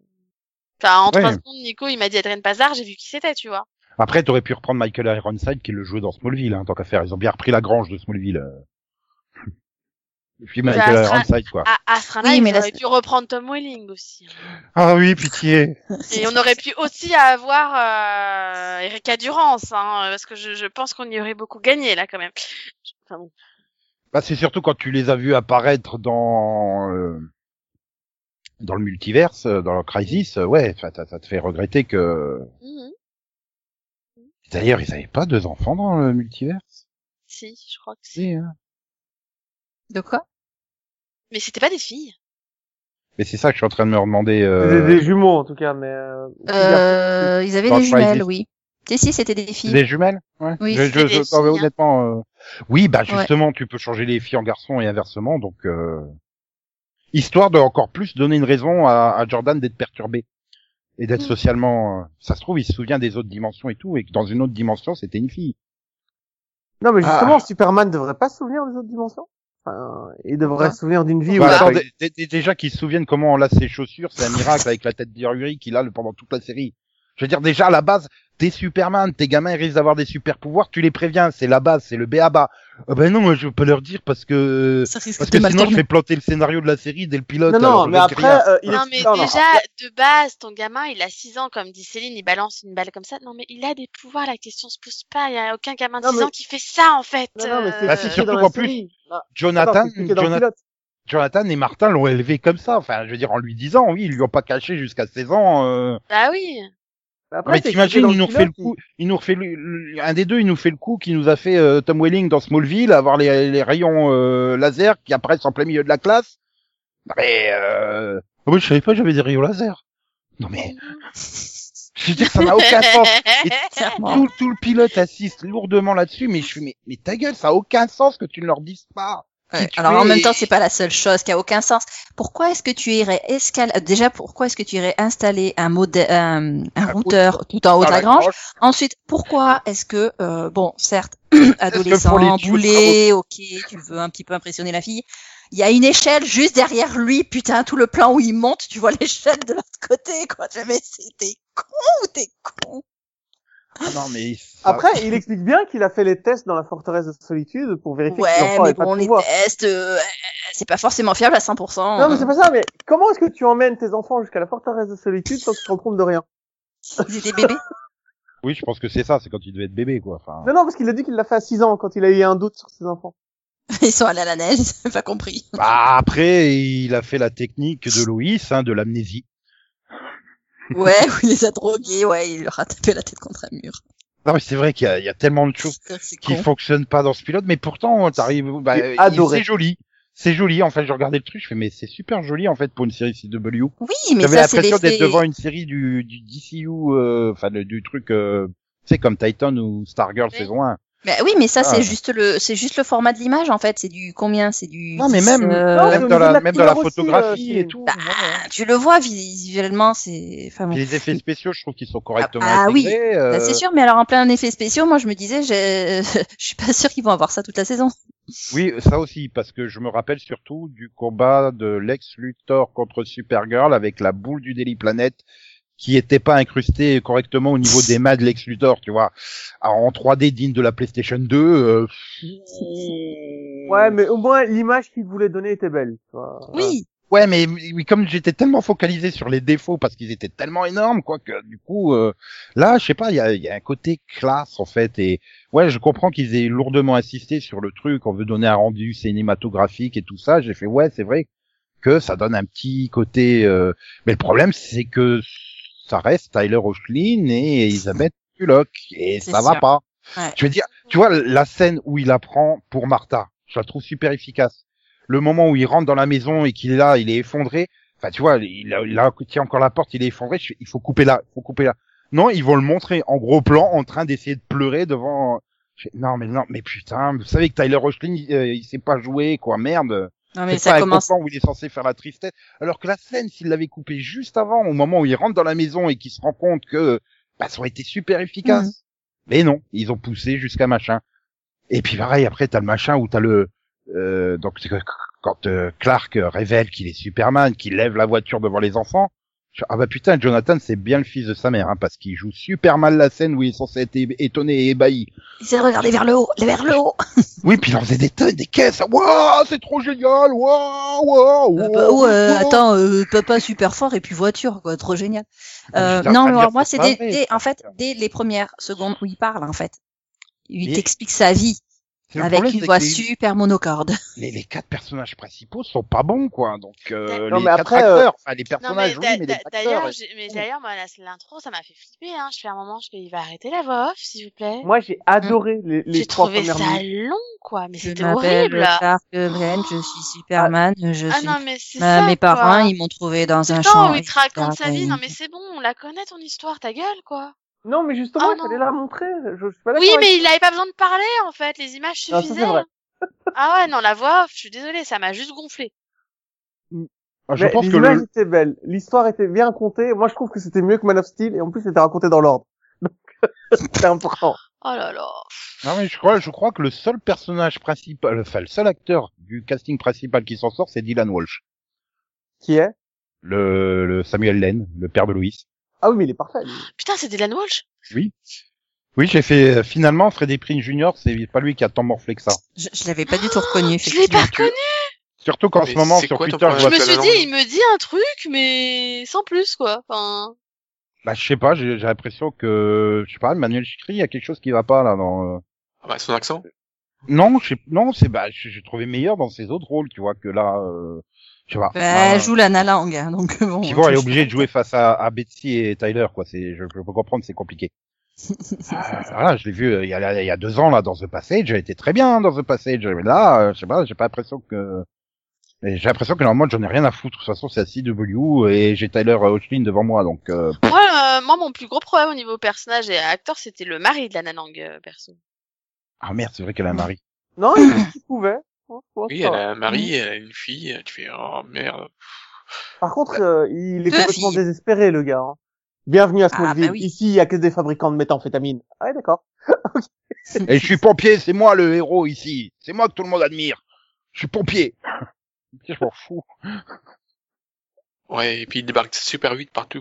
Enfin, en Ouais. trois secondes, Nico, il m'a dit Adrian Pasdar, j'ai vu qui c'était, tu vois. Après, t'aurais pu reprendre Michael Ironside qui le jouait dans Smallville, hein, tant qu'à faire. Ils ont bien repris la grange de Smallville. euh. Et puis Michael Bah, ça- Ironside, quoi. À, à ce Oui, là mais il là, aurait c'est- dû reprendre Tom Welling aussi. hein. Ah oui, pitié. Et on aurait pu aussi avoir euh, Erika Durance, hein, parce que je, je pense qu'on y aurait beaucoup gagné, là, quand même. Enfin, bon. Bah, c'est surtout quand tu les as vus apparaître dans euh, dans le multiverse, euh, dans le Crisis, euh, ouais, enfin, ça, ça te fait regretter que. Mm-hmm. Mhm. D'ailleurs, ils avaient pas deux enfants dans le multiverse. Si, je crois que si. Si, hein. De quoi Mais c'était pas des filles. Mais c'est ça que je suis en train de me demander. Des, Euh... des jumeaux en tout cas, mais. Euh, euh, Ils avaient Dans des jumelles, Crisis. oui. Si, si, c'était des filles. Des jumelles ouais. Oui, je, c'était je- des je- non, mais filles, hein. honnêtement, euh, oui, bah Ouais. justement, tu peux changer les filles en garçons et inversement, donc euh, histoire de encore plus donner une raison à, à Jordan d'être perturbé et d'être Mm. socialement. euh, ça se trouve, il se souvient des autres dimensions et tout, et que dans une autre dimension, c'était une fille. Non mais justement, Ah. Superman devrait pas se souvenir des autres dimensions. Enfin, il devrait Pourquoi se souvenir d'une vie où. Bah, il a attends, pas eu- dé- dé- dé- déjà qu'ils se souviennent comment on lace ses chaussures, c'est un miracle avec la tête d'Ururi qu'il a le- pendant toute la série. Je veux dire, déjà, à la base, t'es Superman, tes gamins ils risquent d'avoir des super pouvoirs, tu les préviens, c'est la base, c'est le B.A.B.A. Ah ben non, moi, je veux pas leur dire parce que... Ça risque Parce que sinon, je fais planter le scénario de la série dès le pilote. Non alors non, je mais ne dis rien. après, euh, il non, est- mais non, non. déjà, de base, ton gamin, il a 6 ans, comme dit Céline, il balance une balle comme ça. Non, mais il a des pouvoirs, la question se pose pas. Il y a aucun gamin de Non, 6 mais- ans qui fait ça, en fait. Non, non, Bah, Euh, mais c'est c'est expliqué surtout dans la qu'en plus, série. Non, attends, Jonathan, c'est expliqué dans le Jonathan- pilote. Jonathan et Martin l'ont élevé comme ça. Enfin, je veux dire, en lui disant, oui, ils lui ont pas caché jusqu'à 16 ans. euh, Bah oui. Mais Non, mais c'est t'imagines, dans il nous refait le pilote, coup, il nous refait le- le- un des deux, il nous fait le coup qui nous a fait euh, Tom Welling dans Smallville, avoir les, les rayons euh, laser qui apparaissent en plein milieu de la classe. Non, mais euh... ah oui, je savais pas, que j'avais des rayons laser. Non mais, je veux dire, ça n'a aucun sens. Et Clairement. tout, tout le pilote assiste lourdement là-dessus, mais je fais, mais, mais ta gueule, ça a aucun sens que tu ne leur dises pas. Ouais, tu Alors en es- même temps, c'est pas la seule chose qui a aucun sens. Pourquoi est-ce que tu irais escalader déjà Pourquoi est-ce que tu irais installer un modèle, un, un routeur tout en haut de Ah, la grange Ensuite, pourquoi est-ce que euh, bon, certes, pour les adolescent, tuyaux de boulet, ok, tu veux un petit peu impressionner la fille. Il y a une échelle juste derrière lui, putain, tout le plan où il monte, tu vois l'échelle de l'autre côté, quoi. Jamais c'était con ou t'es con. Ah non, mais ça- Après, il explique bien qu'il a fait les tests dans la forteresse de solitude pour vérifier que Ouais, l'enfant mais n'avait pas bon, de les pouvoir. tests, euh, euh, c'est pas forcément fiable à 100%. Non, mais c'est pas ça, mais comment est-ce que tu emmènes tes enfants jusqu'à la forteresse de solitude sans qu'ils se rendent compte de rien hein. Ils étaient bébés. oui, je pense que c'est ça, c'est quand il devait être bébé, quoi. Enfin, Non, non, parce qu'il a dit qu'il l'a fait à 6 ans quand il a eu un doute sur ses enfants. Ils sont allés à la neige, ils ont pas compris. Bah, après, il a fait la technique de Loïs, hein, de l'amnésie. Ouais, ou il les a drogués, ouais, il leur a tapé la tête contre un mur. Non, mais c'est vrai qu'il y, a- il y a tellement de choses C'est qui con. fonctionnent pas dans ce pilote, mais pourtant, t'arrives, bah, J'ai il- adoré. c'est joli. C'est joli, en fait, je regardais le truc, je fais, mais c'est super joli, en fait, pour une série CW. Oui, mais J'avais ça, c'est l'impression d'être l'effet. devant une série du, du DCU, euh, enfin, le- du truc, euh, tu sais, comme Titan ou Stargirl Oui. saison 1. Bah oui, mais ça, Ah. c'est juste le, c'est juste le format de l'image, en fait. C'est du combien? C'est du. Non, mais 10, même- euh, Non, c'est même dans au niveau de la, la même dans la couleur aussi, photographie euh, et tout. bah, tu le vois visuellement, c'est. Enfin, bon. Puis les effets spéciaux, je trouve qu'ils sont correctement Ah, ah oui. intégrés. euh, Bah, c'est sûr, mais alors en plein effet spéciaux, moi je me disais, j'ai- je suis pas sûre qu'ils vont avoir ça toute la saison. Oui, ça aussi, parce que je me rappelle surtout du combat de Lex Luthor contre Supergirl avec la boule du Daily Planet qui était pas incrustée correctement au niveau des mains de Lex Luthor, tu vois. Alors, en 3D digne de la PlayStation 2, euh, Ouais, mais au moins, l'image qu'il voulait donner était belle. tu vois. Oui, ouais, mais oui, comme j'étais tellement focalisé sur les défauts parce qu'ils étaient tellement énormes, quoi, que du coup, euh, là, je sais pas, il y a, il y a un côté classe, en fait, et ouais, je comprends qu'ils aient lourdement insisté sur le truc, on veut donner un rendu cinématographique et tout ça, j'ai fait, ouais, c'est vrai que ça donne un petit côté, euh, mais le problème, c'est que ça reste Tyler Hoechlin et Elisabeth Tulloch, et C'est ça va sûr. pas. Ouais. Je veux dire, tu vois, la scène où il apprend pour Martha, je la trouve super efficace. Le moment où il rentre dans la maison et qu'il est là, il est effondré. Enfin, tu vois, il, a, il a- tient encore la porte, il est effondré. je fais, il faut couper là, il faut couper là. Non, ils vont le montrer en gros plan, en train d'essayer de pleurer devant. je fais, non, mais non, mais putain, vous savez que Tyler Hoechlin, il, euh, il sait pas jouer, quoi, merde. non mais C'est ça pas commence. un moment où il est censé faire la tristesse. Alors que la scène, s'il l'avait coupée juste avant, au moment où il rentre dans la maison et qu'il se rend compte que, bah, ça aurait été super Mhm. efficace. Mais non, ils ont poussé jusqu'à machin. Et puis pareil, après t'as le machin où t'as le, euh, donc c'est que quand euh, Clark révèle qu'il est Superman, qu'il lève la voiture devant les enfants. je fais, Ah bah putain, Jonathan c'est bien le fils de sa mère, hein, parce qu'il joue super mal la scène où il est censé être é- étonné et ébahi. Ils essaient de regarder vers le haut, vers le Oh, haut. Oui, puis il en faisait des tonnes, des caisses. Waouh, c'est trop génial. Waouh, waouh. Euh, bah, ouais, euh, waouh. attends, euh, papa super fort et puis voiture, quoi, trop génial. Ah, Euh, putain, non, ça mais veut alors, dire moi, que c'est c'est pas dès, vrai, dès- en ça veut fait, dès les premières secondes où il parle, en fait, il Mais- t'explique sa vie C'est le avec problème, une c'est voix que les- super monocorde. les, les quatre personnages principaux sont pas bons, quoi. Donc euh, Non, les mais quatre après, euh, acteurs, enfin les Non, personnages, mais d'a- oui, mais les d'a- d'ailleurs, acteurs. euh, j'ai- mais d'ailleurs, moi, la- l'intro, ça m'a fait flipper, hein. Je fais un moment, je fais, il va arrêter la voix off, s'il vous plaît. Moi, j'ai adoré les, les Mm. J'ai trois trouvé premières ça minutes. long, quoi. Mais Je c'était m'appelle horrible. Oh. Clark Kent, je suis Superman, je Ah suis. non, mais c'est Euh, ça. mes parents, quoi. ils m'ont trouvé dans un Putain, champ. où il te raconte sa Ah, vie. oui. Non, mais c'est bon, on la connaît ton histoire, ta gueule, quoi. Non, mais justement, Ah, il non. fallait la montrer. Je, je suis pas d'accord Oui, avec- mais il avait pas besoin de parler, en fait. Les images Ah, ça, c'est suffisaient. vrai. hein. ah ouais, non, la voix off, je suis désolée, ça m'a juste gonflé. Ah, Je Mais pense que l'image le, était belle. L'histoire était bien contée. Moi, je trouve que c'était mieux que Man of Steel et en plus, c'était raconté dans l'ordre. Donc, c'était important. Oh là là. non, mais je crois, je crois que le seul personnage principal, enfin le seul acteur du casting principal qui s'en sort, c'est Dylan Walsh, Qui est le, le Samuel Lane, le père de Louis. Ah oui, mais il est parfait. lui. Putain, c'est Dylan Walsh. Oui. Oui, j'ai fait euh, finalement Freddy Prinze Jr. C'est pas lui qui a tant morflé que ça. Je, je l'avais pas du tout reconnu, Je l'ai effectivement. pas reconnu. Surtout qu'en Mais ce moment c'est sur quoi ton Twitter, je problème Je vois me pas suis la dit, langue. il me dit un truc, mais sans plus, quoi. Enfin, Bah, je sais pas, j'ai j'ai l'impression que, je sais pas, Manuel Chikri, il y a quelque chose qui va pas, là, dans... euh, Ah bah, son accent. Non, je sais- non, c'est, bah, j'ai j'ai trouvé meilleur dans ses autres rôles, tu vois, que là, euh, Je sais pas. Bah, Euh, elle joue la Nalang, hein, donc bon. Puis bon, elle est obligée de jouer face à, à Betsy et Tyler, quoi. C'est, je, je peux comprendre, c'est compliqué. Euh, Ah, voilà, je l'ai vu euh, il y, a, il y a deux ans là dans The Passage, elle était très bien hein, dans The Passage, mais là, euh, je sais pas, j'ai pas l'impression que mais j'ai l'impression que normalement j'en ai rien à foutre. De toute façon, c'est la CW et j'ai Tyler Hoechlin devant moi, donc euh, Moi, euh, moi, mon plus gros problème au niveau personnage et acteur, c'était le mari de la Nanang, euh, perso. ah merde, c'est vrai qu'elle a un mari. Non, il fait ce qu'il pouvait. Hein, je pense Oui, pas. elle a un mari, elle a une fille, tu fais, oh merde. Par contre, Bah, euh, il est Deux complètement filles. désespéré, le gars. hein. Bienvenue à Ah, Smallville. bah oui. Ici, il y a que des fabricants de méthamphétamine. Ah ouais, d'accord. Et je suis pompier, c'est moi le héros ici, c'est moi que tout le monde admire. Je suis pompier. Putain, je m'en fous. Ouais, et puis il débarque super vite partout.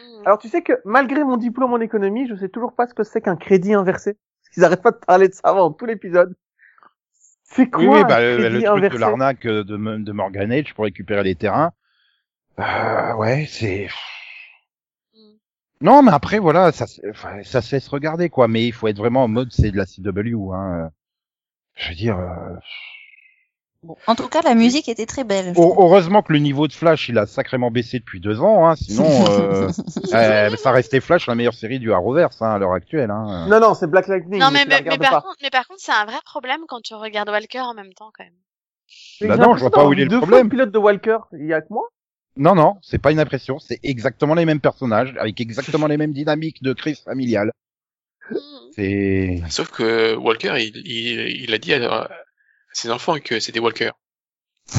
Mm. Alors, tu sais que malgré mon diplôme en économie, je sais toujours pas ce que c'est qu'un crédit inversé. Parce qu'ils arrêtent pas de parler de ça avant tout l'épisode. C'est quoi oui, oui, un bah, le, le crédit truc inversé de l'arnaque euh, de, M- de Morgan Edge pour récupérer les terrains. Euh, ouais, c'est. Mm. Non, mais après, voilà, ça, se- enfin, ça se laisse regarder, quoi. Mais il faut être vraiment en mode, c'est de la CW, hein. Je veux dire, euh, En tout cas, la musique était très belle. je heu- heureusement que le niveau de Flash, il a sacrément baissé depuis deux ans, hein. Sinon, euh, euh, ça restait Flash la meilleure série du Arrowverse, hein, à l'heure actuelle, hein. Non, non, c'est Black Lightning. Non, mais, tu la mais, mais regardes par pas. contre, mais par contre, c'est un vrai problème quand tu regardes Walker en même temps, quand même. Mais Bah j'ai non, je vois l'impression pas d'avoir où il est vu le deux fois problème. Le pilote de Walker, il y a que moi. Non, non, c'est pas une impression, c'est exactement les mêmes personnages, avec exactement les mêmes dynamiques de crise familiale. Mm. C'est... Sauf que Walker, il, il, il a dit à, à ses enfants que c'était Walker. Et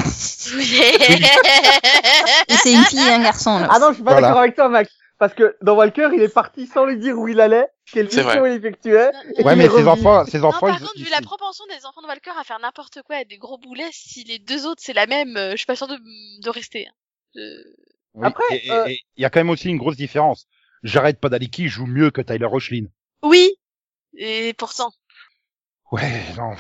c'est une fille et un garçon, là. Ah non, je suis pas Voilà. d'accord avec toi, Max. Parce que dans Walker, il est parti sans lui dire où il allait, quelle C'est mission il effectuait. Non, Et Ouais, il mais est ses revenu. enfants, ses Non, enfants, par ils- contre, ils- vu la propension des enfants de Walker à faire n'importe quoi, à des gros boulets, si les deux autres c'est la même, euh, je suis pas sûre de, de rester. hein. Je- Oui, Après, et- et- et il euh, y a quand même aussi une grosse différence. J'arrête pas Daliki joue mieux que Tyler Rochlin. Oui, et pourtant. Ouais, non.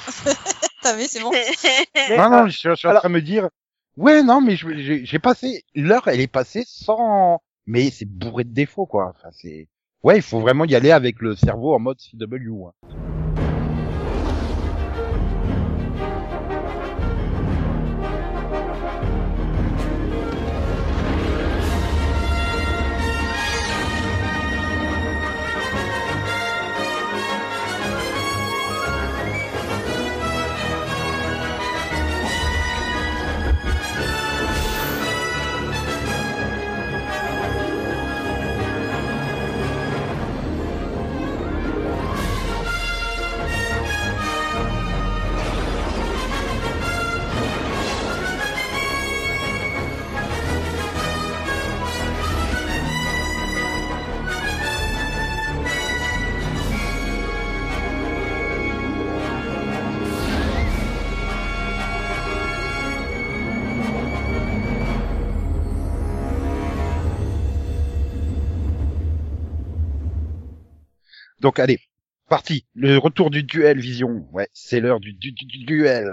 T'as vu, c'est bon. Mais, non, euh, non, je, suis- je suis en alors- train de me dire, ouais, non, mais je- j'ai j'ai passé, l'heure, elle est passée sans, mais c'est bourré de défauts, quoi. Enfin, c'est, ouais, il faut vraiment y aller avec le cerveau en mode CW. hein. Donc, allez, parti. Le retour du duel Vision. Ouais, c'est l'heure du, du- du- du duel.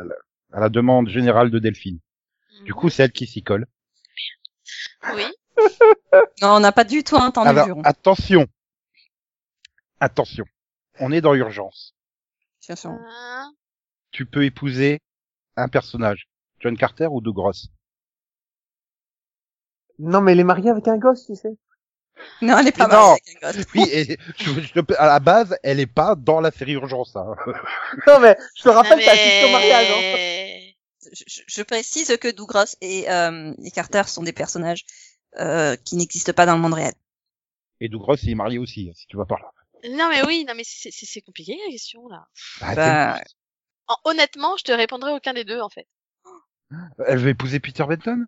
À la demande générale de Delphine. Du coup, c'est elle qui s'y colle. oui. Non, on n'a pas du tout entendu. Alors, Jérôme. attention. Attention. On est dans l'urgence. Attention. Hein. Tu peux épouser un personnage. John Carter ou De Grosse. Non, mais il est marié avec un gosse, tu sais. Non, elle est pas Mais non. mariée avec un gosse. Oui, et je- je- à la base, elle est pas dans la série Urgence. hein. Non, mais je te Ah, rappelle ta mais- fille au mariage. Hein. Je, je- je précise que Douglas et, euh, et Carter sont des personnages euh, qui n'existent pas dans le monde réel. Et De Grosse, il est marié aussi, hein, si tu vas par là. Non mais oui, non mais c'est c'est- c'est compliqué la question là. Bah, Bah, En- honnêtement, je te répondrai aucun des deux en fait. t'es- Elle veut épouser Peter Benton?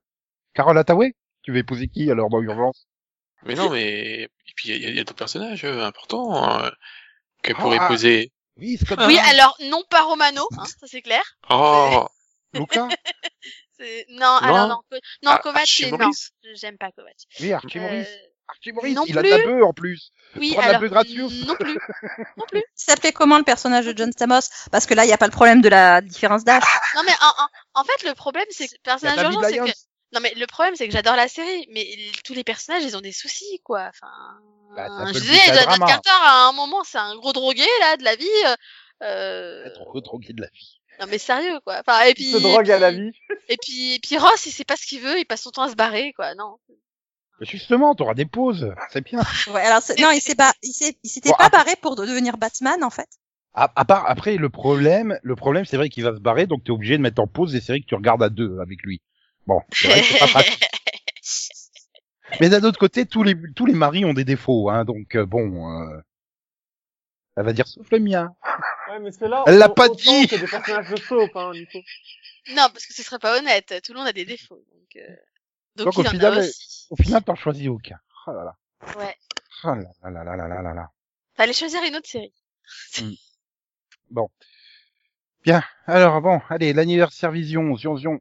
Carole Hathaway? Tu veux épouser qui, alors, dans Urgence? Mais non, mais, et puis il y a, il y a d'autres personnages euh, importants, euh, qu'elle pourrait Ah. épouser. Oui, Scott Oui, Lang, alors non pas Romano, hein, ça c'est clair. Oh! Luca? C'est- Non, Non. alors non, Co- non Ah, Kovacs, Archie c'est- non, Morris. j'aime pas Kovacs. Oui, Archie Morris. Euh, Archie Morris, non il a de plus. la bœuf, en plus. oui, prends de la alors bœuf gracieuse. non plus. Il s'appelait comment le personnage de John Stamos Parce que là, il n'y a pas le problème de la différence d'âge. Non mais en, en- en fait le problème c'est que Il y a personnage David urgent c'est que Lyons. non mais le problème c'est que j'adore la série mais il- tous les personnages ils ont des soucis quoi. Enfin, Bah, ça peut Euh, je le disais but à John drama. Carter à un moment c'est un gros drogué là de la vie. euh, euh, Être drogué de la vie. Non mais sérieux quoi. Enfin et puis se drogue à la vie. Et puis et puis Ross, il sait pas ce qu'il veut, il passe son temps à se barrer quoi. Non. Bah, Justement, t'auras des pauses, Ah, c'est bien. Ouais, alors c'est- non, il s'est pas, il s'est, il s'était Bon, ah. pas après- barré pour de- devenir Batman en fait. À, à part après le problème, le problème c'est vrai qu'il va se barrer, donc t'es obligé de mettre en pause des séries que tu regardes à deux avec lui. Bon, c'est vrai que c'est Ah, pas pratique. Mais d'un autre côté, tous les tous les maris ont des défauts, hein, donc euh, bon, euh, elle va dire sauf le mien. Ouais, mais c'est là. Elle l'a au- pas autant dit. que des personnages de soap, hein, Nico. non parce que ce serait pas honnête. Tout le monde a des défauts. Donc, euh, donc, Donc, au il en final, a euh, aussi. Au final, t'en choisis aucun. Oh là là. Ouais. Oh là là là là là là là là. Fallait choisir une autre série. Alors bon, allez, l'anniversaire vision, zion zion.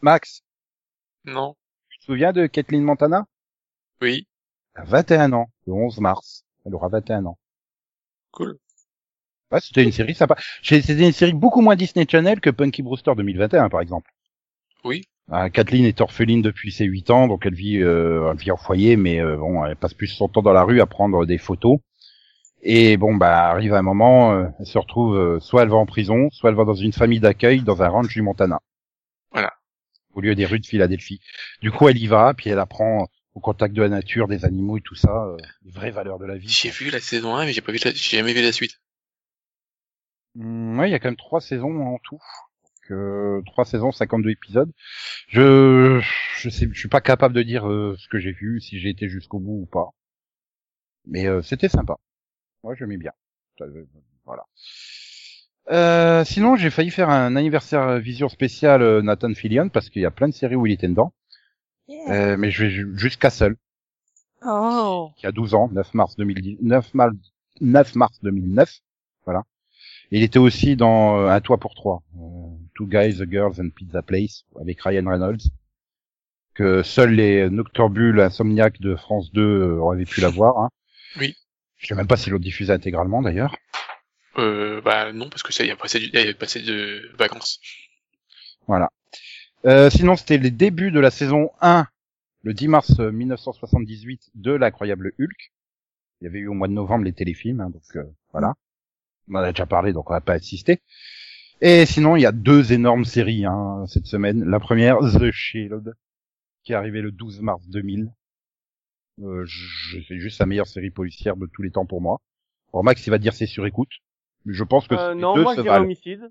Max, Non. tu te souviens de Kathleen Montana Oui. Elle a 21 ans, le 11 mars. Elle aura 21 ans. Cool. Ouais, c'était une série sympa. J'ai- C'était une série beaucoup moins Disney Channel que Punky Brewster 2021, par exemple. Oui. Ah, Kathleen est orpheline depuis ses 8 ans, donc elle vit, euh, elle vit en foyer, mais euh, bon, elle passe plus son temps dans la rue à prendre des photos. Et bon, bah arrive un moment, euh, elle se retrouve, euh, soit elle va en prison, soit elle va dans une famille d'accueil dans un ranch du Montana. Voilà. Au lieu des rues de Philadelphie. Du coup, elle y va, puis elle apprend au contact de la nature, des animaux et tout ça, euh, les vraies valeurs de la vie. J'ai vu la saison 1, mais j'ai pas vu la... j'ai jamais vu la suite. Hmm, ouais, il y a quand même trois saisons en tout. Donc, euh, trois saisons, 52 épisodes. Je je sais, je suis pas capable de dire euh, ce que j'ai vu, si j'ai été jusqu'au bout ou pas. Mais euh, c'était sympa. Moi, j'aimais bien. Ça, euh, Voilà. Euh, sinon, j'ai failli faire un anniversaire euh, vision spécial euh, Nathan Fillion parce qu'il y a plein de séries où il était dedans. Euh, mais je vais ju- jusqu'à Seul, Oh. qui a 12 ans, 9 mars 2010, 9 mars, 9 mars 2009. Il était aussi dans euh, Un toit pour trois, euh, Two Guys, The Girls and Pizza Place, avec Ryan Reynolds, que seuls les nocturbules insomniaques de France 2 euh, auraient pu la voir. hein. Oui. Je sais même pas s'ils l'ont diffusé intégralement d'ailleurs. Euh, bah non, parce que ça, il y a passé, du... il y a passé de vacances. Euh, sinon, c'était les débuts de la saison 1, le 10 mars euh, 1978, de l'incroyable Hulk. Il y avait eu au mois de novembre les téléfilms, hein, donc euh, voilà. On en a déjà parlé, donc on va pas insister. Et sinon, il y a deux énormes séries hein, cette semaine. La première, The Shield, qui est arrivée le 12 mars 2000. Euh, je- c'est juste la meilleure série policière de tous les temps pour moi. Alors Max, il va dire c'est sur écoute. Mais je pense que Euh, les non, deux moi se je dirais valent. homicide.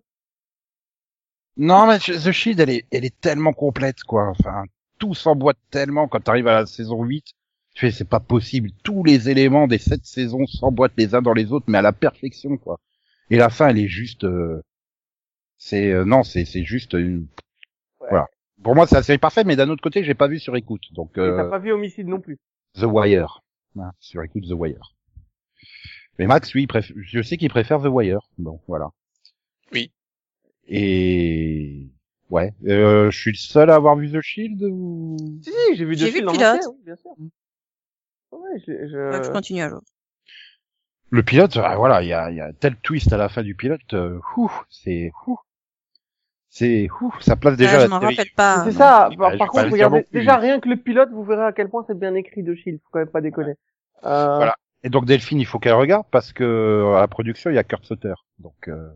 Non, mais je- The Shield, elle est, elle est tellement complète, quoi. Enfin, tout s'emboîte tellement quand t'arrives à la saison 8. Tu fais, c'est pas possible. Tous les éléments des sept saisons s'emboîtent les uns dans les autres, mais à la perfection, quoi. Et la fin, elle est juste, euh, c'est, euh, non, c'est, c'est juste une, voilà. Pour moi, c'est la série parfaite, mais d'un autre côté, j'ai pas vu sur écoute. Donc, Et euh, t'as pas vu homicide non plus. The Wire. Hein, sur écoute The Wire. Mais Max, lui, il préf- je sais qu'il préfère The Wire. Bon, voilà. Oui. Et ouais, euh, je suis le seul à avoir vu The Shield ou Si, si, j'ai vu J'ai deux vu films le en pilote. entier, oui, bien sûr. Mm. Ouais, je, Ouais, je je... continue alors. le pilote ah, Voilà, il y a, il y a tel twist à la fin du pilote. euh, ouh, c'est ouh, c'est ouh, ça place déjà Ah, la je m'en série. rappelle pas. C'est ça, Bah, par, je par vais pas contre, le dire non regardez, plus. déjà rien que le pilote, vous verrez à quel point c'est bien écrit de Shield, faut quand même pas déconner. Euh, Voilà. Et donc Delphine, il faut qu'elle regarde parce que euh, à la production, il y a Kurt Sutter, donc euh,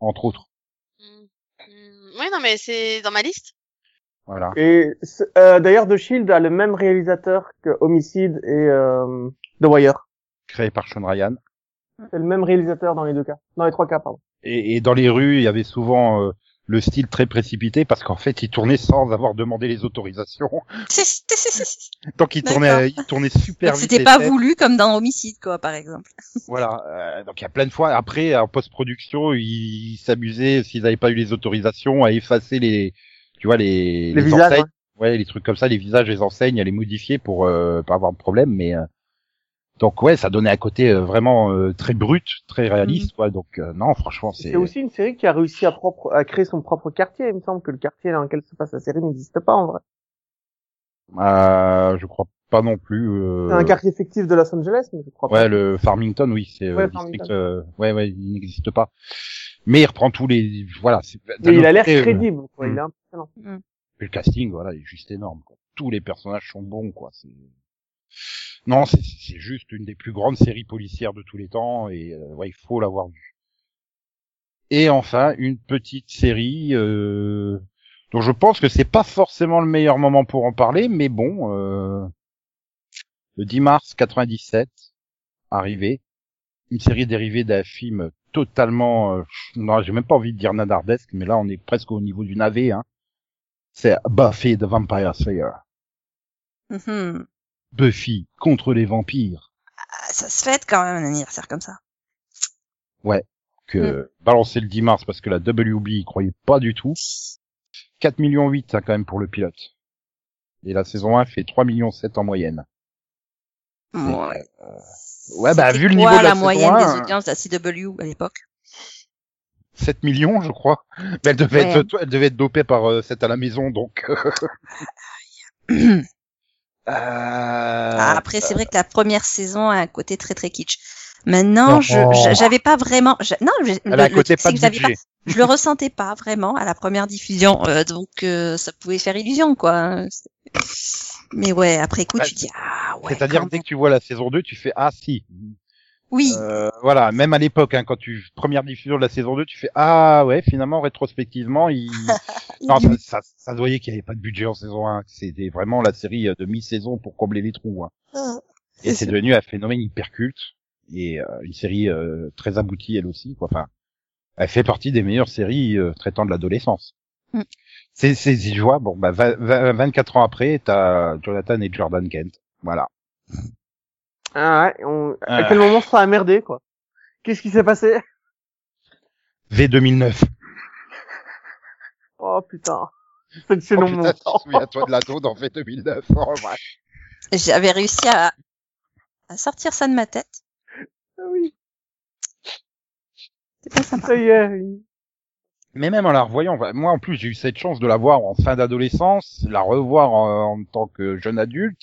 entre autres. Mm. Mm. Oui non mais c'est dans ma liste. Voilà. Et c'est- euh, d'ailleurs, The Shield a le même réalisateur que Homicide et euh, The Wire. Créé par Sean Ryan. Mm. C'est le même réalisateur dans les deux cas, dans les trois cas, pardon. et, et dans les rues, il y avait souvent euh, le style très précipité parce qu'en fait, ils tournaient sans avoir demandé les autorisations. Donc ils D'accord. tournaient, ils tournaient super Donc, vite. c'était les pas scènes. voulu comme dans Homicide quoi par exemple. Voilà. euh, donc il y a plein de fois après en post-production, ils ils s'amusaient s'ils n'avaient pas eu les autorisations à effacer les, tu vois les Les visages, enseignes. Ouais, les trucs comme ça, les visages, les enseignes, à les modifier pour euh, pas avoir de problème. Mais euh, donc ouais, ça donnait un côté euh, vraiment euh, très brut, très réaliste. quoi. donc euh, non, franchement, C'est aussi une série qui a réussi à, propre, à créer son propre quartier. Il me semble que le quartier dans lequel se passe la série n'existe pas en vrai. Euh, je crois pas non plus. euh, C'est un quartier fictif de Los Angeles, mais je crois pas. Ouais, le Farmington, oui, c'est euh, Ouais, le district. Farmington. euh, ouais, ouais, il n'existe pas. Mais il reprend tous les. Voilà. c'est- d'un Mais il autre a l'air côté, euh, crédible, quoi. Il est impressionnant. Le casting, voilà, est juste énorme. Quoi. Tous les personnages sont bons, quoi. c'est- Non, c'est- c'est juste une des plus grandes séries policières de tous les temps, et euh, ouais, il faut l'avoir vue. Et enfin, une petite série euh, dont je pense que c'est pas forcément le meilleur moment pour en parler, mais bon, euh, le 10 mars 97, arrivé, une série dérivée d'un film totalement, euh, non, j'ai même pas envie de dire nadardesque, mais là on est presque au niveau du navet, hein. C'est Buffy the Vampire Slayer. Mhm. Buffy contre les vampires. Ah, Ça se fête quand même un anniversaire comme ça. que Hmm. balancer le 10 mars parce que la WB y croyait pas du tout. 4 millions 8 hein, quand même pour le pilote. Et la saison 1 fait 3 millions 7 en moyenne. Ouais. Ouais, bah, C'était vu le niveau quoi de la la saison moyenne un, des hein. audiences de la CW à l'époque. 7 millions, je crois. Mais elle devait Ouais. être, elle devait être dopée par euh, 7 à la maison, donc. euh, Ah, Après, c'est vrai que la première saison a un côté très très kitsch. Maintenant, Non. je j'a- j'avais pas vraiment. j'a- Non, je- elle a un le- le côté pas truc, c'est de que j'avais budget. je le ressentais pas vraiment à la première diffusion, euh, donc euh, ça pouvait faire illusion, quoi. hein. C'est- Mais ouais, après coup, Bah, tu dis ah ouais. C'est-à-dire quand dès même. que tu vois la saison 2, tu fais ah si. oui, Euh, voilà, même à l'époque, hein, quand tu première diffusion de la saison 2, tu fais ah ouais, finalement rétrospectivement, il, Non, ça, ça, ça se voyait qu'il n'y avait pas de budget en saison 1. C'était vraiment la série euh, de mi-saison pour combler les trous. hein. Et c'est devenu un phénomène hyper culte. Et euh, une série euh, très aboutie, elle aussi. Quoi. Enfin, elle fait partie des meilleures séries euh, traitant de l'adolescence. Mm. C'est, c'est, si je vois, bon, bah, vingt- vingt- 24 ans après, t'as Jonathan et Jordan Kent. Voilà. Ah ouais, on- à Ah. quel moment ça a merdé, quoi Qu'est-ce qui s'est passé V2009. Oh putain. C'est le Oh, chaînon putain, mon temps. souviens-toi de la dos dans V2009. Oh, ouais. j'avais réussi à, à sortir ça de ma tête. Ah Oui, C'est pas sympa. ça y est. il- Mais même en la revoyant, enfin, moi en plus j'ai eu cette chance de la voir en fin d'adolescence, la revoir en, en tant que jeune adulte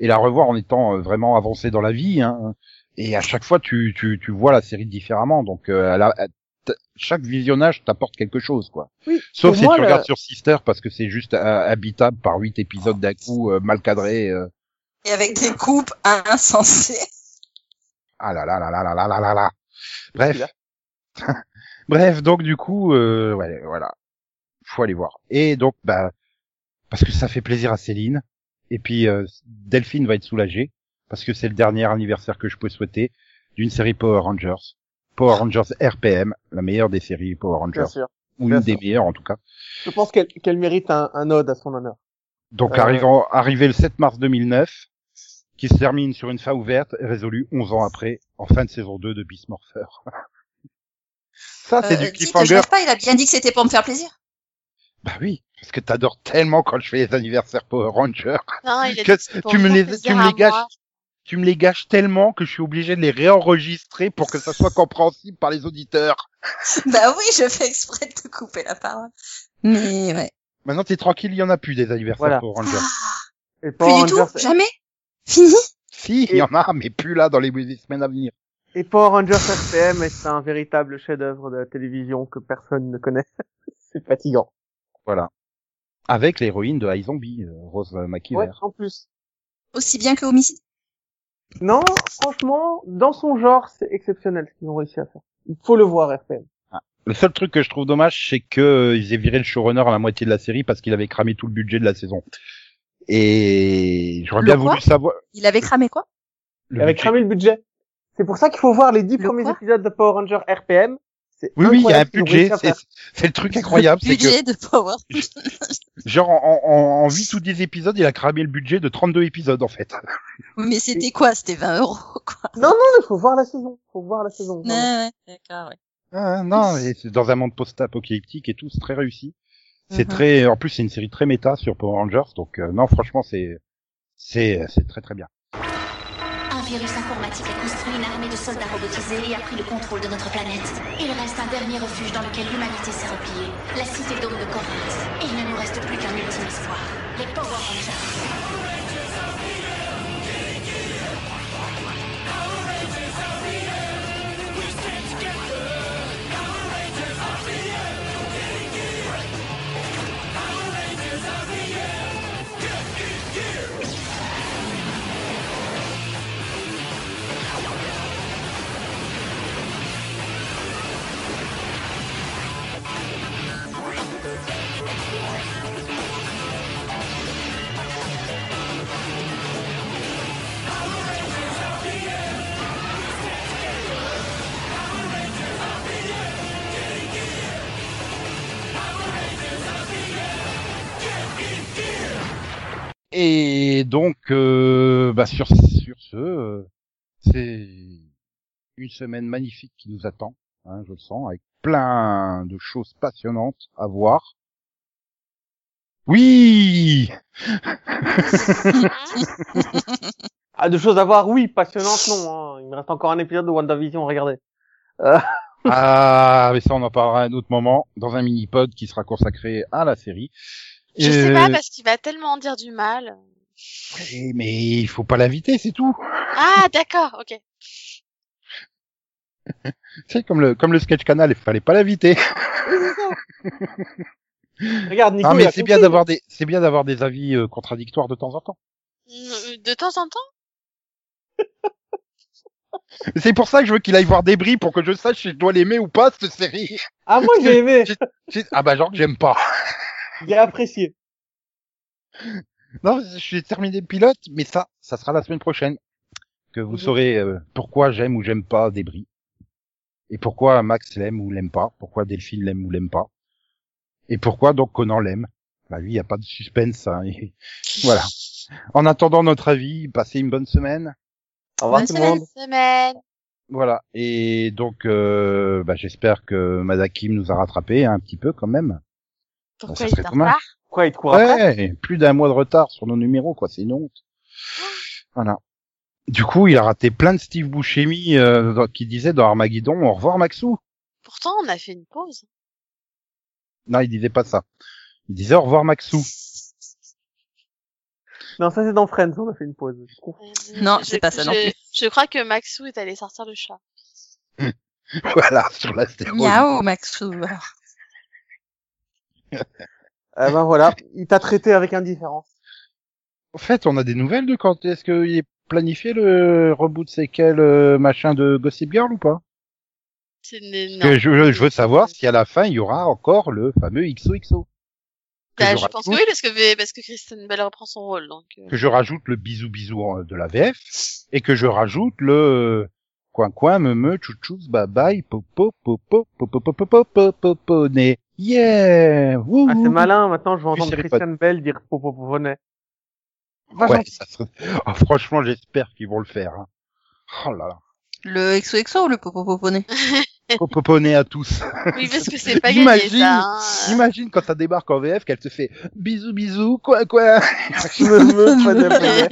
et la revoir en étant euh, vraiment avancé dans la vie. hein. Et à chaque fois tu, tu, tu vois la série différemment, donc euh, elle a- elle- t- chaque visionnage t'apporte quelque chose quoi. Oui, Sauf pour si moi, tu le- regardes sur Sister parce que c'est juste euh, habitable par huit épisodes d'un coup euh, mal cadrés. euh. Et avec des coupes insensées. Ah là là là là là là là là là. Bref. Bref, donc du coup, euh, ouais, voilà. Faut aller voir. Et donc, bah, parce que ça fait plaisir à Céline. Et puis, euh, Delphine va être soulagée. Parce que c'est le dernier anniversaire que je peux souhaiter d'une série Power Rangers. Power Rangers RPM, la meilleure des séries Power Bien Rangers. sûr. Ou bien une des meilleures, en tout cas. Je pense qu'elle qu'elle mérite un, un ode à son honneur. Donc, Euh. arrivant, arrivé le 7 mars 2009, qui se termine sur une fin ouverte, résolue 11 ans après, en fin de saison 2 de Beast Morpher. Ça, Ah, Euh, c'est du Euh, je cliffhanger rêve pas, il a bien dit que c'était pour me faire plaisir. Bah oui, parce que t'adores tellement quand je fais les anniversaires Power Rangers. Non, il a Que dit c'est pour tu me faire les- plaisir tu me à les gâches. moi. Tu me les gâches tellement que je suis obligé de les réenregistrer pour que ça soit compréhensible par les auditeurs. bah oui, je fais exprès de te couper la parole. Mais ouais. Maintenant t'es tranquille, il y en a plus des anniversaires Voilà. Ah. Power Rangers. Et Power Plus du tout, Rangers- jamais. Fini. Si, il y en a, mais plus là dans les les semaines à venir. Et Power Rangers RPM est un véritable chef-d'œuvre de la télévision que personne ne connaît. C'est fatigant. Voilà. Avec l'héroïne de iZombie, euh, Rose euh, McIver. Ouais, en plus. Aussi bien que homicide. Non, franchement, dans son genre, c'est exceptionnel ce qu'ils ont réussi à faire. Il faut le voir RPM. Le seul truc que je trouve dommage, c'est que euh, ils aient viré le showrunner à la moitié de la série parce qu'il avait cramé tout le budget de la saison. Et j'aurais Le bien quoi voulu savoir. Il avait cramé quoi Le Il avait budget. cramé le budget. C'est pour ça qu'il faut voir les dix Le premiers quoi épisodes de Power Rangers RPM. C'est Oui, oui, il y a un incroyable ce qu'ils ont budget. réussi à C'est faire. c'est le truc incroyable, c'est que Budget de Power. Genre en, en, en 8 ou 10 épisodes, il a cramé le budget de 32 épisodes en fait. Oui, mais c'était quoi C'était 20 euros quoi. Non, non, il faut voir la saison. faut voir la saison. Ouais, ouais, d'accord, ouais. Ah, non, et c'est dans un monde post-apocalyptique et tout, c'est très réussi. C'est Uh-huh. Mhm. très, en plus c'est une série très méta sur Power Rangers, donc euh, non franchement c'est c'est c'est très très bien. Un virus informatique a construit une armée de soldats robotisés et a pris le contrôle de notre planète. Il reste un dernier refuge dans lequel l'humanité s'est repliée, la cité d'homme de Corinth. Il ne nous reste plus qu'un ultime espoir, les Power Rangers. Et donc, euh, bah sur, sur ce, euh, c'est une semaine magnifique qui nous attend, hein, je le sens, avec plein de choses passionnantes à voir. Oui Ah, de choses à voir, oui, passionnantes, non. hein. Il me reste encore un épisode de WandaVision, regardez. Ah, mais ça, on en parlera à un autre moment, dans un mini-pod qui sera consacré à la série. Je sais pas Euh, parce qu'il va tellement en dire du mal. eh, Mais il faut pas l'inviter, c'est tout Ah d'accord, ok. C'est comme le, comme le sketch canal, il fallait pas l'inviter Regarde, Nico, Ah, il mais a c'est compris. bien d'avoir des, c'est bien d'avoir des avis euh, contradictoires de temps en temps. De temps en temps. C'est pour ça que je veux qu'il aille voir Débris pour que je sache si je dois l'aimer ou pas cette série. Ah, moi, j'ai aimé. J'ai- Ah bah genre que j'aime pas. J'ai apprécié. Non, j'ai terminé le pilote, mais ça, ça sera la semaine prochaine que vous saurez euh, pourquoi j'aime ou j'aime pas Débris et pourquoi Max l'aime ou l'aime pas, pourquoi Delphine l'aime ou l'aime pas et pourquoi donc Conan l'aime. Bah lui, il y a pas de suspense. hein. voilà. En attendant notre avis, passez une bonne semaine. Au revoir, Bonne tout le semaine. monde. Bonne semaine. Voilà. Et donc, euh, bah, j'espère que Madakim nous a rattrapés hein, un petit peu quand même. Pourquoi ça il serait part dommage. pas Quoi, il te court après Ouais, plus d'un mois de retard sur nos numéros, quoi, c'est une honte. Voilà. Du coup, il a raté plein de Steve Buscemi euh, dans- qui disait dans Armageddon au revoir Maxou. Pourtant on a fait une pause. Non, il disait pas ça. Il disait au revoir Maxou. Non, ça, c'est dans Friends, on a fait une pause. Non, Euh, Je- c'est pas ça non je- Je crois que Maxou est allé sortir le chat. voilà, sur l'astéroïde. Miaou, Maxou. Eh ben voilà, il t'a traité avec indifférence. En fait, on a des nouvelles de quand est-ce qu'il est planifié le reboot séquel euh, machin de Gossip Girl ou pas C'est une- Parce non. que je, je- je veux savoir si à la fin il y aura encore le fameux XOXO. Que Bah, je je pense que rajoute- oui, parce que, parce que Kristen Bell reprend son rôle, donc. euh. que je rajoute le bisou bisou euh, de la VF et que je rajoute le euh, coin coin me me chouchous bye bye popo popo popo popo popo popo né yeah wouhou. Ah, c'est malin, maintenant je vais Oui, entendre chérie, Christian Bell dire popopoponnet. ouais, ça serait- Ah, franchement j'espère qu'ils vont le faire hein. oh là là Le XOXO ou le popopoponé popo né à tous Oui, parce que c'est pas gagné, imagine ça. hein. imagine quand ça débarque en VF qu'elle te fait bisou bisou quoi quoi Me- me- poney, poney.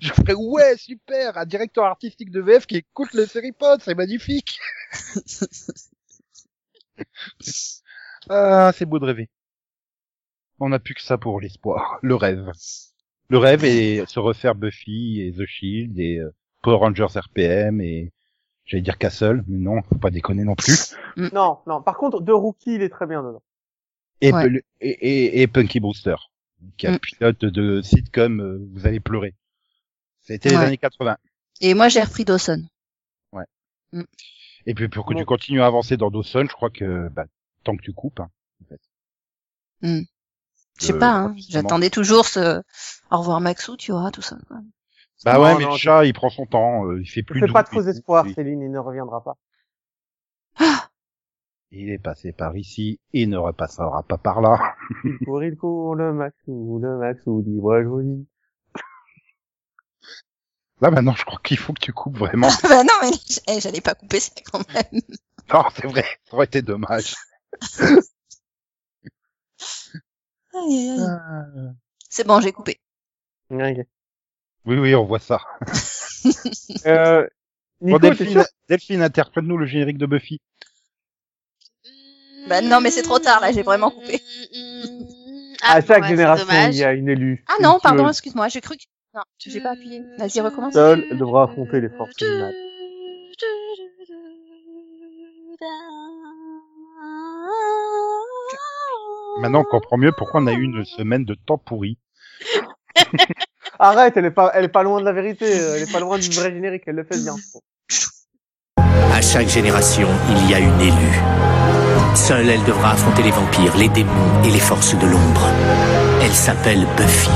je ferais ouais super un directeur artistique de VF qui écoute le série pod c'est magnifique Ah, c'est beau de rêver. On n'a plus que ça pour l'espoir, le rêve. Le rêve et se refaire Buffy et The Shield et euh, Power Rangers RPM et j'allais dire Castle, mais non, faut pas déconner non plus. non, non, par contre, de Rookie, il est très bien dedans. Et, Ouais. Pe- et, et, et Punky Brewster, qui est un Mm. pilote de sitcom euh, Vous allez pleurer. C'était les Ouais. années 80. Et moi, j'ai repris Dawson. Et puis pour que Bon. tu continues à avancer dans Dawson, je crois que bah, tant que tu coupes, hein, Hmm. Je sais Euh, pas, hein, rapidement. j'attendais toujours ce au revoir Maxou, tu auras tout ça. quoi. Bah Non, ouais, mais non, le je- chat, il prend son temps, euh, il fait plus Ne fais pas doux, trop il- espoir, il- Céline, il ne reviendra pas. Il est passé par ici et ne repassera pas par là. Il court, il court, le Maxou, le Maxou, dis-moi joli. Là maintenant, je crois qu'il faut que tu coupes vraiment. bah non, mais j- eh, j'allais pas couper ça quand même. non, c'est vrai, ça aurait été dommage. Aïe, aïe, aïe. C'est bon, j'ai coupé. Ok. Oui, oui, on voit ça. Euh, bon, Nico, t'es Delphine, sûr Delphine, interprète-nous le générique de Buffy. Bah non, mais c'est trop tard, là, j'ai vraiment coupé. Mm, Ah, À chaque génération, dommage. il y a une élue. Ah non, Une pardon, tueuse. excuse-moi, j'ai cru que... Non, j'ai pas appuyé. Vas-y, recommence. Euh, Seule, elle devra affronter les forces du mal. Maintenant, on comprend mieux pourquoi on a eu une semaine de temps pourri. Arrête, elle est pas, elle est pas loin de la vérité, euh, elle est pas loin du vrai générique, elle le fait bien. À chaque génération, il y a une élue. Seule, elle devra affronter les vampires, les démons et les forces de l'ombre. Elle s'appelle Buffy.